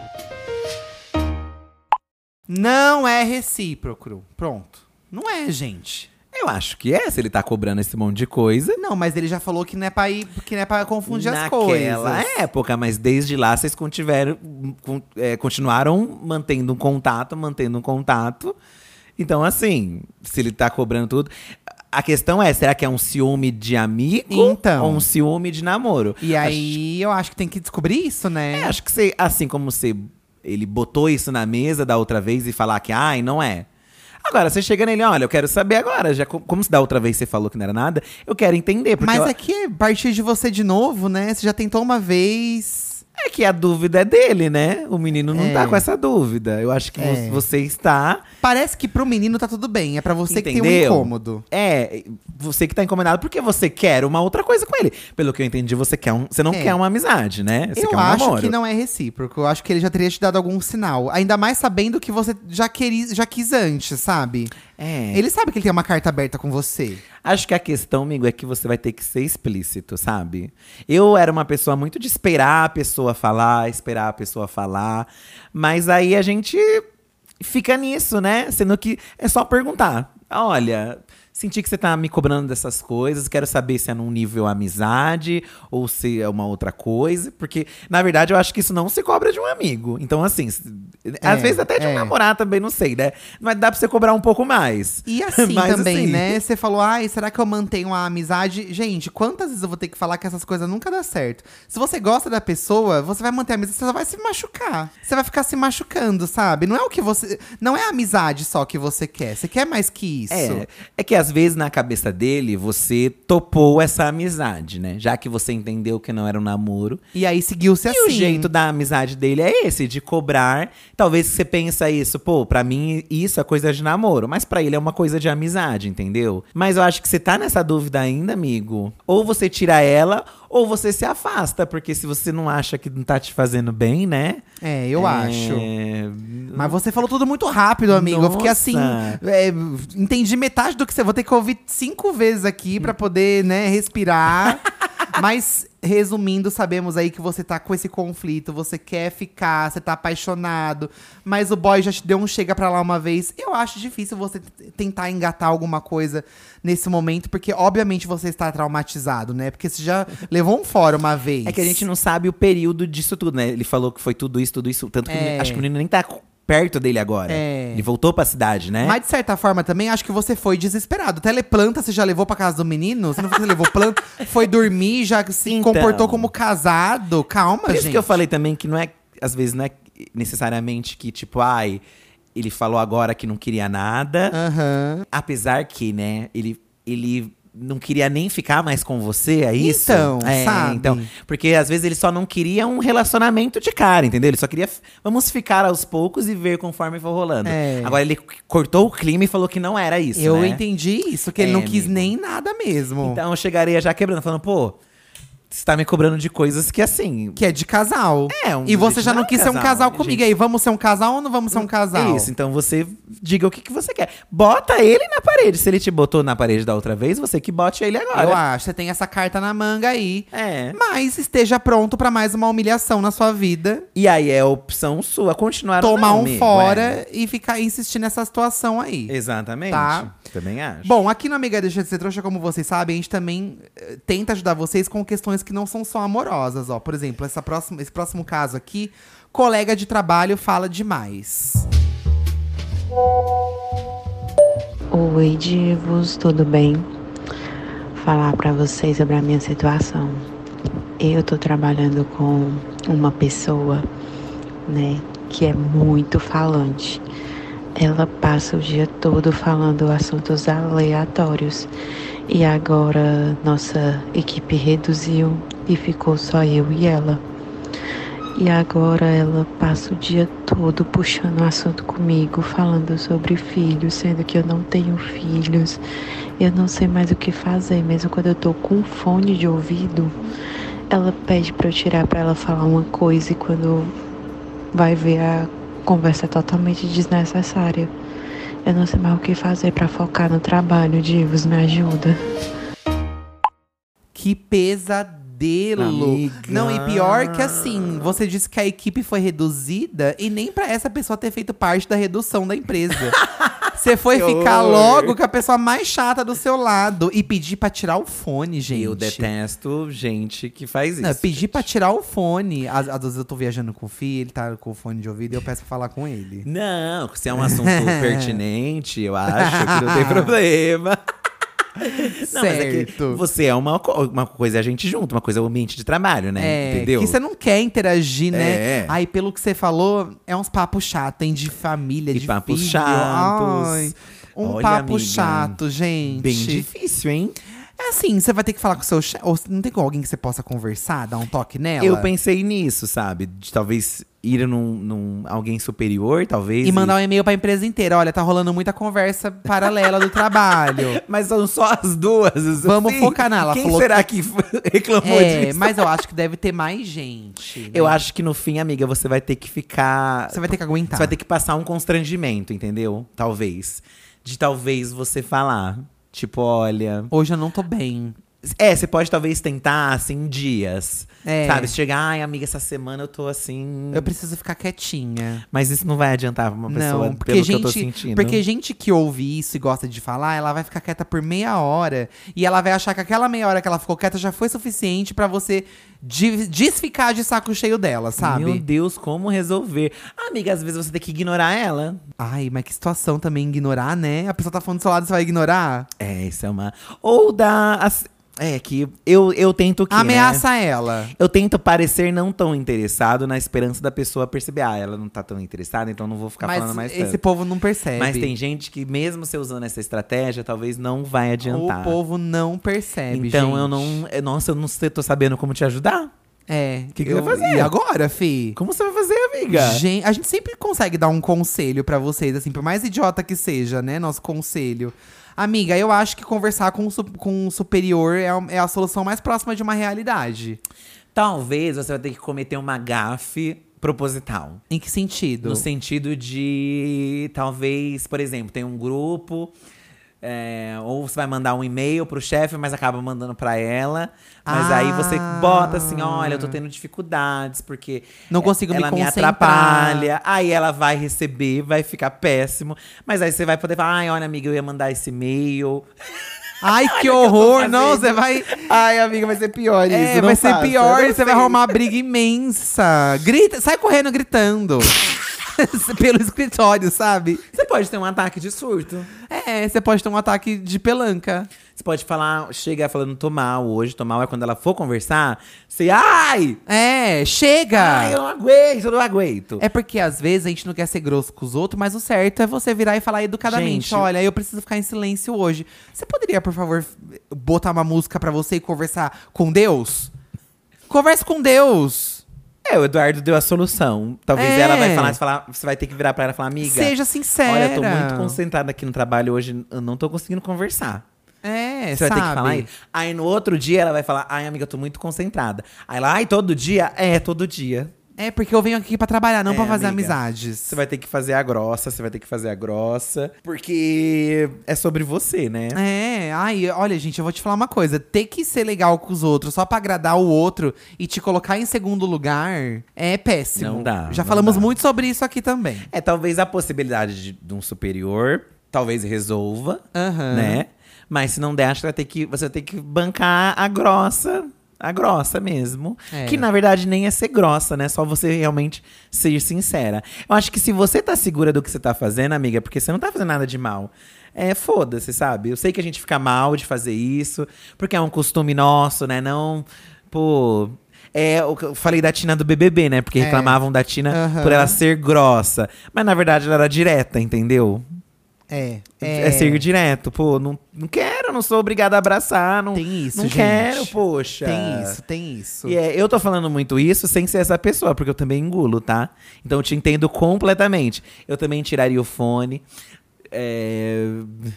S1: Não é recíproco. Pronto. Não é, gente.
S2: Eu acho que é, se ele tá cobrando esse monte de coisa.
S1: Não, mas ele já falou que não é pra, ir, que não é pra confundir as
S2: Naquela
S1: coisas.
S2: época, É, mas desde lá vocês contiveram- con- é, continuaram mantendo um contato, mantendo um contato. Então, assim, se ele tá cobrando tudo. A questão é, será que é um ciúme de amigo
S1: Então.
S2: ou um ciúme de namoro?
S1: E aí, eu acho que tem que descobrir isso, né?
S2: É, acho que você, assim como você, ele botou isso na mesa da outra vez e falar que, ai, não é. Agora, você chega nele, olha, eu quero saber agora, já co- como se da outra vez você falou que não era nada, eu quero entender. Porque
S1: Mas
S2: eu-
S1: é que partir de você de novo, né? Você já tentou uma vez.
S2: É que a dúvida é dele, né? O menino não
S1: É.
S2: tá com essa dúvida. Eu acho que vo-
S1: É.
S2: você está.
S1: Parece que pro menino tá tudo bem. É pra você que tem um
S2: Entendeu?
S1: incômodo.
S2: É, você que tá incomodado porque você quer uma outra coisa com ele. Pelo que eu entendi, você quer um. Você não
S1: É.
S2: quer uma amizade, né? Você
S1: eu
S2: quer um
S1: acho
S2: namoro.
S1: que não é recíproco. Eu acho que ele já teria te dado algum sinal. Ainda mais sabendo que você já, queria, já quis antes, sabe?
S2: É.
S1: Ele sabe que ele tem uma carta aberta com você.
S2: Acho que a questão, amigo, é que você vai ter que ser explícito, sabe? Eu era uma pessoa muito de esperar a pessoa falar, esperar a pessoa falar. Mas aí a gente fica nisso, né? Sendo que é só perguntar. Olha, senti que você tá me cobrando dessas coisas, quero saber se é num nível amizade ou se é uma outra coisa. Porque, na verdade, eu acho que isso não se cobra de um amigo. Então, assim, s- às
S1: É,
S2: vezes até de
S1: é.
S2: um namorado também, não sei, né? Mas dá pra você cobrar um pouco mais.
S1: E assim
S2: Mas,
S1: também,
S2: assim,
S1: né? Você falou, ai, será que eu mantenho a amizade? Gente, quantas vezes eu vou ter que falar que essas coisas nunca dá certo? Se você gosta da pessoa, você vai manter a amizade, você só vai se machucar. Você vai ficar se machucando, sabe? Não é o que você. Não é a amizade só que você quer. Você quer mais que isso.
S2: É, é que às vezes na cabeça dele você topou essa amizade, né? Já que você entendeu que não era um namoro.
S1: E aí seguiu-se assim.
S2: E o jeito da amizade dele é esse, de cobrar. Talvez você pensa isso, pô, pra mim isso é coisa de namoro, mas pra ele é uma coisa de amizade, entendeu? Mas eu acho que você tá nessa dúvida ainda, amigo. Ou você tira ela, ou você se afasta, porque se você não acha que não tá te fazendo bem, né?
S1: É, eu
S2: É,
S1: acho. Mas você falou tudo muito rápido, amigo. Eu fiquei assim.
S2: Nossa.
S1: é, entendi metade do que você. Vou ter que ouvir cinco vezes aqui pra poder, né, respirar. Mas, resumindo, sabemos aí que você tá com esse conflito, você quer ficar, você tá apaixonado, mas o boy já te deu um chega pra lá uma vez. Eu acho difícil você t- tentar engatar alguma coisa nesse momento, porque obviamente você está traumatizado, né? Porque você já levou um fora uma vez.
S2: É que a gente não sabe o período disso tudo, né? Ele falou que foi tudo isso, tudo isso. Tanto que o
S1: É.
S2: menino- acho que o menino nem tá co- perto dele agora.
S1: É.
S2: Ele voltou pra cidade, né?
S1: Mas de certa forma também acho que você foi desesperado. Teleplanta você já levou pra casa do menino? Você não você levou planta, foi dormir, já se
S2: Então.
S1: comportou como casado. Calma,
S2: Por
S1: gente.
S2: isso que eu falei também que não é. Às vezes não é necessariamente que, tipo, ai, ele falou agora que não queria nada.
S1: Aham.
S2: Apesar que, né, ele. ele não queria nem ficar mais com você, é isso?
S1: Então,
S2: é,
S1: sabe?
S2: Então, porque às vezes ele só não queria um relacionamento de cara, entendeu? Ele só queria, f- vamos ficar aos poucos e ver conforme for rolando.
S1: É.
S2: Agora ele c- cortou o clima e falou que não era isso,
S1: eu
S2: né?
S1: entendi isso, que ele
S2: É,
S1: não quis
S2: amigo.
S1: nem nada mesmo.
S2: Então eu chegaria já quebrando, falando, pô, você tá me cobrando de coisas que assim.
S1: que é de casal.
S2: É, um-
S1: e você já
S2: não
S1: não
S2: é
S1: quis ser um
S2: casal,
S1: casal
S2: né,
S1: comigo.
S2: gente?
S1: E aí, vamos ser um casal ou não vamos ser um casal?
S2: Isso, então você diga o que, que você quer. Bota ele na parede. Se ele te botou na parede da outra vez, você que bote ele
S1: Eu
S2: agora.
S1: acho, você tem essa carta na manga aí.
S2: É.
S1: Mas esteja pronto pra mais uma humilhação na sua vida.
S2: E aí é opção sua continuar ou
S1: tomar
S2: não,
S1: um
S2: amigo,
S1: fora
S2: é.
S1: e ficar insistindo nessa situação aí.
S2: Exatamente.
S1: Tá.
S2: Também acho.
S1: Bom, aqui no Amiga Deixa de Ser Trouxa, como vocês sabem, a gente também eh, tenta ajudar vocês com questões que não são só amorosas, ó. Por exemplo, essa próxima, esse próximo caso aqui, colega de trabalho fala demais.
S4: Oi, divos, tudo bem? Falar pra vocês sobre a minha situação. Eu tô trabalhando com uma pessoa, né, que é muito falante. Ela passa o dia todo falando assuntos aleatórios. E agora nossa equipe reduziu e ficou só eu e ela. E agora ela passa o dia todo puxando o assunto comigo, falando sobre filhos, sendo que eu não tenho filhos. Eu não sei mais o que fazer, mesmo quando eu tô com fone de ouvido, ela pede pra eu tirar pra ela falar uma coisa e quando vai ver a conversa é totalmente desnecessária. Eu não sei mais o que fazer pra focar no trabalho, Divos, me ajuda.
S1: Que pesadelo! modelo.
S2: Amiga.
S1: Não, e pior que assim, você disse que a equipe foi reduzida e nem pra essa pessoa ter feito parte da redução da empresa. Você foi
S2: Que
S1: ficar
S2: horror.
S1: logo com a pessoa mais chata do seu lado e pedir pra tirar o fone, gente.
S2: Eu detesto gente que faz isso.
S1: Não, eu pedi
S2: gente.
S1: pra tirar o fone. Às, às vezes eu tô viajando com o filho, ele tá com o fone de ouvido e eu peço pra falar com ele.
S2: Não, se é um assunto pertinente, eu acho que não tem problema. Não, mas é que
S1: Certo.
S2: você é uma, co- uma coisa é a gente junto, uma coisa é o ambiente de trabalho, né?
S1: É,
S2: Entendeu?
S1: que você não quer interagir, né?
S2: É.
S1: Aí, pelo que você falou, é uns papos chatos, hein? De família,
S2: E
S1: de
S2: papos
S1: filho.
S2: chatos.
S1: Ai, um
S2: Olha,
S1: papo
S2: amiga,
S1: chato, gente.
S2: Bem difícil, hein?
S1: É assim, você vai ter que falar com o seu chefe. Ou não tem com alguém que você possa conversar, dar um toque nela?
S2: Eu pensei nisso, sabe? De talvez ir num, num alguém superior, talvez.
S1: E mandar um e-mail pra empresa inteira. Olha, tá rolando muita conversa paralela do trabalho.
S2: Mas são só as duas. assim.
S1: Vamos focar nela,
S2: Quem
S1: falou
S2: será que reclamou
S1: É,
S2: disso?
S1: mas eu acho que deve ter mais gente. né?
S2: Eu acho que no fim, amiga, você vai ter que ficar.
S1: Você vai ter que aguentar.
S2: Você vai ter que passar um constrangimento, entendeu? Talvez. De talvez você falar. Tipo, olha.
S1: Hoje eu não tô bem.
S2: É, você pode talvez tentar, assim, em dias.
S1: É.
S2: Sabe? Você chegar, ai, amiga, essa semana eu tô assim.
S1: Eu preciso ficar quietinha.
S2: Mas isso não vai adiantar pra uma pessoa
S1: não, porque
S2: pelo que eu tô
S1: gente,
S2: sentindo.
S1: porque gente que ouve isso e gosta de falar, ela vai ficar quieta por meia hora e ela vai achar que aquela meia hora que ela ficou quieta já foi suficiente pra você de- desficar de saco cheio dela, sabe?
S2: Meu Deus, como resolver? Ah, amiga, às vezes você tem que ignorar ela.
S1: Ai, mas que situação também ignorar, né? A pessoa tá falando do seu lado, você vai ignorar?
S2: É, isso é uma. Ou dá. as- É, que eu, eu tento que. né?
S1: Ameaça ela.
S2: Eu tento parecer não tão interessado na esperança da pessoa perceber. Ah, ela não tá tão interessada, então não vou ficar
S1: mas
S2: falando mais
S1: esse
S2: tanto.
S1: povo não percebe.
S2: Mas tem gente que, mesmo você usando essa estratégia, talvez não vai adiantar.
S1: O povo não percebe,
S2: então
S1: gente.
S2: eu não. é, Nossa, eu não sei, tô sabendo como te ajudar.
S1: É.
S2: Que que
S1: eu-
S2: você vai fazer?
S1: E agora, fi?
S2: Como você vai fazer, amiga?
S1: Gen- a gente sempre consegue dar um conselho pra vocês, assim, por mais idiota que seja, né? Nosso conselho. Amiga, eu acho que conversar com, o su- com o superior é a, é a solução mais próxima de uma realidade.
S2: Talvez você vai ter que cometer uma gafe proposital.
S1: Em que sentido?
S2: No sentido de, talvez, por exemplo, tem um grupo. é, ou você vai mandar um e-mail pro chefe, mas acaba mandando pra ela. Mas aí você
S1: Ah.
S2: bota assim: olha, eu tô tendo dificuldades, porque.
S1: Não consigo me
S2: ela me
S1: concentrar.
S2: atrapalha. Aí ela vai receber, vai ficar péssimo. Mas aí você vai poder falar: ai, olha, amiga, eu ia mandar esse e-mail.
S1: Ai, que horror!
S2: fazendo.
S1: Não, você vai.
S2: Ai, amiga, vai ser pior
S1: É, vai ser pior, você vai arrumar uma briga imensa. Grita, sai correndo gritando. Pelo escritório, sabe?
S2: Você pode ter um ataque de surto.
S1: É, você pode ter um ataque de pelanca.
S2: Você pode falar, chega falando, tô mal hoje, tô mal. É quando ela for conversar, você, ai!
S1: É, chega!
S2: Ai, eu não aguento, eu não aguento.
S1: É porque às vezes a gente não quer ser grosso com os outros, mas o certo é você virar e falar educadamente:
S2: Gente,
S1: olha, eu preciso ficar em silêncio hoje. Você poderia, por favor, botar uma música pra você e conversar com Deus? Converse com Deus!
S2: É, o Eduardo deu a solução. Talvez
S1: É.
S2: ela vai falar, você, falar- você vai ter que virar pra ela e falar, amiga.
S1: Seja
S2: Olha,
S1: sincera.
S2: eu tô muito concentrada aqui no trabalho hoje, eu não tô conseguindo conversar.
S1: É,
S2: Você
S1: sabe?
S2: vai ter que falar isso. Aí no outro dia ela vai falar, ai, amiga, eu tô muito concentrada. Aí ela, ai, todo dia? É, todo dia.
S1: É, porque eu venho aqui pra trabalhar, não
S2: É,
S1: pra fazer
S2: amiga.
S1: amizades.
S2: Você vai ter que fazer a grossa, você vai ter que fazer a grossa. Porque é sobre você, né?
S1: É, ai, olha, gente, eu vou te falar uma coisa. Ter que ser legal com os outros só pra agradar o outro e te colocar em segundo lugar é péssimo.
S2: Não dá,
S1: Já
S2: não
S1: falamos
S2: dá.
S1: muito sobre isso aqui também.
S2: É, talvez a possibilidade de, de um superior, talvez resolva,
S1: Aham.
S2: né? Mas se não der, acho que vai ter que, você vai ter que bancar a grossa. A grossa mesmo.
S1: É.
S2: Que na verdade nem é ser grossa, né? Só você realmente ser sincera. Eu acho que se você tá segura do que você tá fazendo, amiga, porque você não tá fazendo nada de mal. É, foda-se, sabe? Eu sei que a gente fica mal de fazer isso, porque é um costume nosso, né? Não. Pô. É, o que eu falei da Tina do BBB, né? Porque
S1: É.
S2: reclamavam da Tina
S1: Aham.
S2: por ela ser grossa. Mas na verdade ela era direta, entendeu?
S1: É,
S2: É, ser direto, pô. Não, não quero, não sou obrigada a abraçar. Não,
S1: Tem isso,
S2: não
S1: gente.
S2: quero, poxa.
S1: Tem isso, tem isso.
S2: E é, eu tô falando muito isso sem ser essa pessoa, porque eu também engulo, tá? Então eu te entendo completamente. Eu também tiraria o fone. é,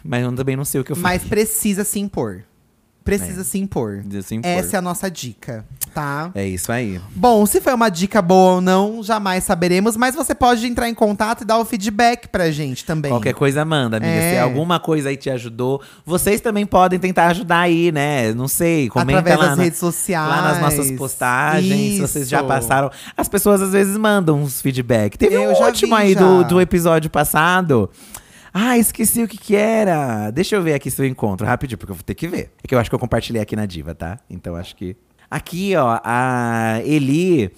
S2: mas eu também não sei o que eu faço.
S1: Mas precisa se impor. Precisa se impor.
S2: Precisa se É. impor.
S1: Essa é a nossa dica, tá?
S2: assim, É isso aí.
S1: Bom, se foi uma dica boa ou não, jamais saberemos, mas você pode entrar em contato e dar o feedback pra gente também.
S2: Qualquer coisa manda, amiga.
S1: É.
S2: Se alguma coisa aí te ajudou, vocês também podem tentar ajudar aí, né? Não sei, comenta
S1: Através
S2: lá,
S1: das
S2: na-
S1: redes sociais.
S2: lá nas nossas postagens, se vocês já
S1: Isso.
S2: passaram. As pessoas às vezes mandam uns feedback. Teve
S1: Eu
S2: um
S1: já
S2: último
S1: vi
S2: aí
S1: já.
S2: do, do episódio passado. Ah, esqueci o que que era. Deixa eu ver aqui se eu encontro rapidinho, porque eu vou ter que ver. É que eu acho que eu compartilhei aqui na Diva, tá? Então acho que. Aqui, ó, a Eli.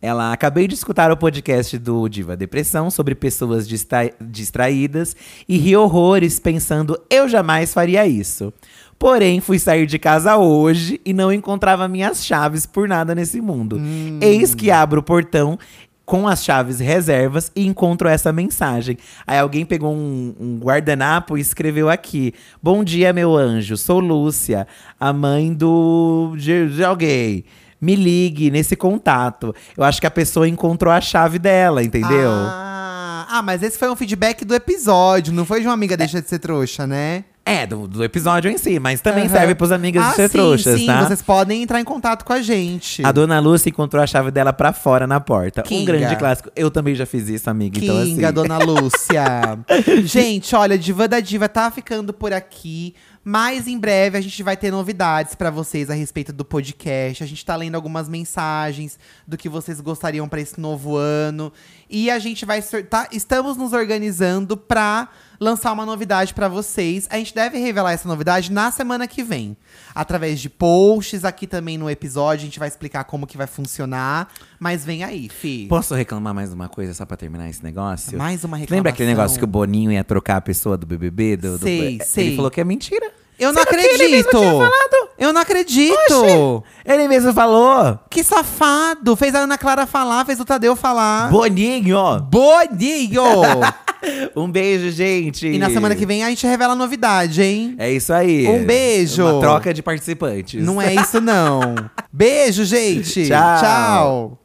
S2: Ela acabei de escutar o podcast do Diva Depressão sobre pessoas distra- distraídas e ri horrores pensando eu jamais faria isso. Porém, fui sair de casa hoje e não encontrava minhas chaves por nada nesse mundo. Eis que abro o portão com as chaves reservas e encontro essa mensagem. Aí alguém pegou um, um guardanapo e escreveu aqui: Bom dia, meu anjo. Sou Lúcia, a mãe do. de, de alguém. Me ligue nesse contato. Eu acho que a pessoa encontrou a chave dela, entendeu?
S1: Ah, ah, mas esse foi um feedback do episódio, não foi de uma amiga deixa de ser trouxa, né?
S2: É, do, do episódio em si, mas também
S1: Aham.
S2: serve pros amigas
S1: ah,
S2: de ser
S1: sim,
S2: trouxas,
S1: sim,
S2: tá?
S1: vocês podem entrar em contato com a gente.
S2: A dona Lúcia encontrou a chave dela pra fora na porta. Um
S1: Kinga.
S2: grande clássico. Eu também já fiz isso, amiga. então assim.
S1: Kinga, Dona Lúcia. gente, olha, Divã da Diva tá ficando por aqui. Mas em breve a gente vai ter novidades pra vocês a respeito do podcast. A gente tá lendo algumas mensagens do que vocês gostariam pra esse novo ano. E a gente vai sor- tá- estamos nos organizando pra lançar uma novidade pra vocês. A gente deve revelar essa novidade na semana que vem, através de posts aqui também no episódio. A gente vai explicar como que vai funcionar, mas vem aí, fi.
S2: Posso reclamar mais uma coisa só pra terminar esse negócio?
S1: Mais uma reclamação.
S2: Lembra aquele negócio que o Boninho ia trocar a pessoa do BBB? Do, do-
S1: Sei, sei.
S2: Ele falou que é mentira.
S1: Eu não
S2: Sendo que Ele mesmo
S1: acredito!
S2: tinha falado.
S1: Eu não acredito!
S2: Ele mesmo falou.
S1: Que safado! Fez a Ana Clara falar, fez o Tadeu falar.
S2: Boninho!
S1: Bodinho!
S2: Um beijo, gente!
S1: e na semana que vem a gente revela a novidade, hein?
S2: É isso aí.
S1: Um beijo.
S2: Uma É troca de participantes.
S1: Não é isso, não. é Beijo, gente!
S2: Tchau.
S1: Tchau.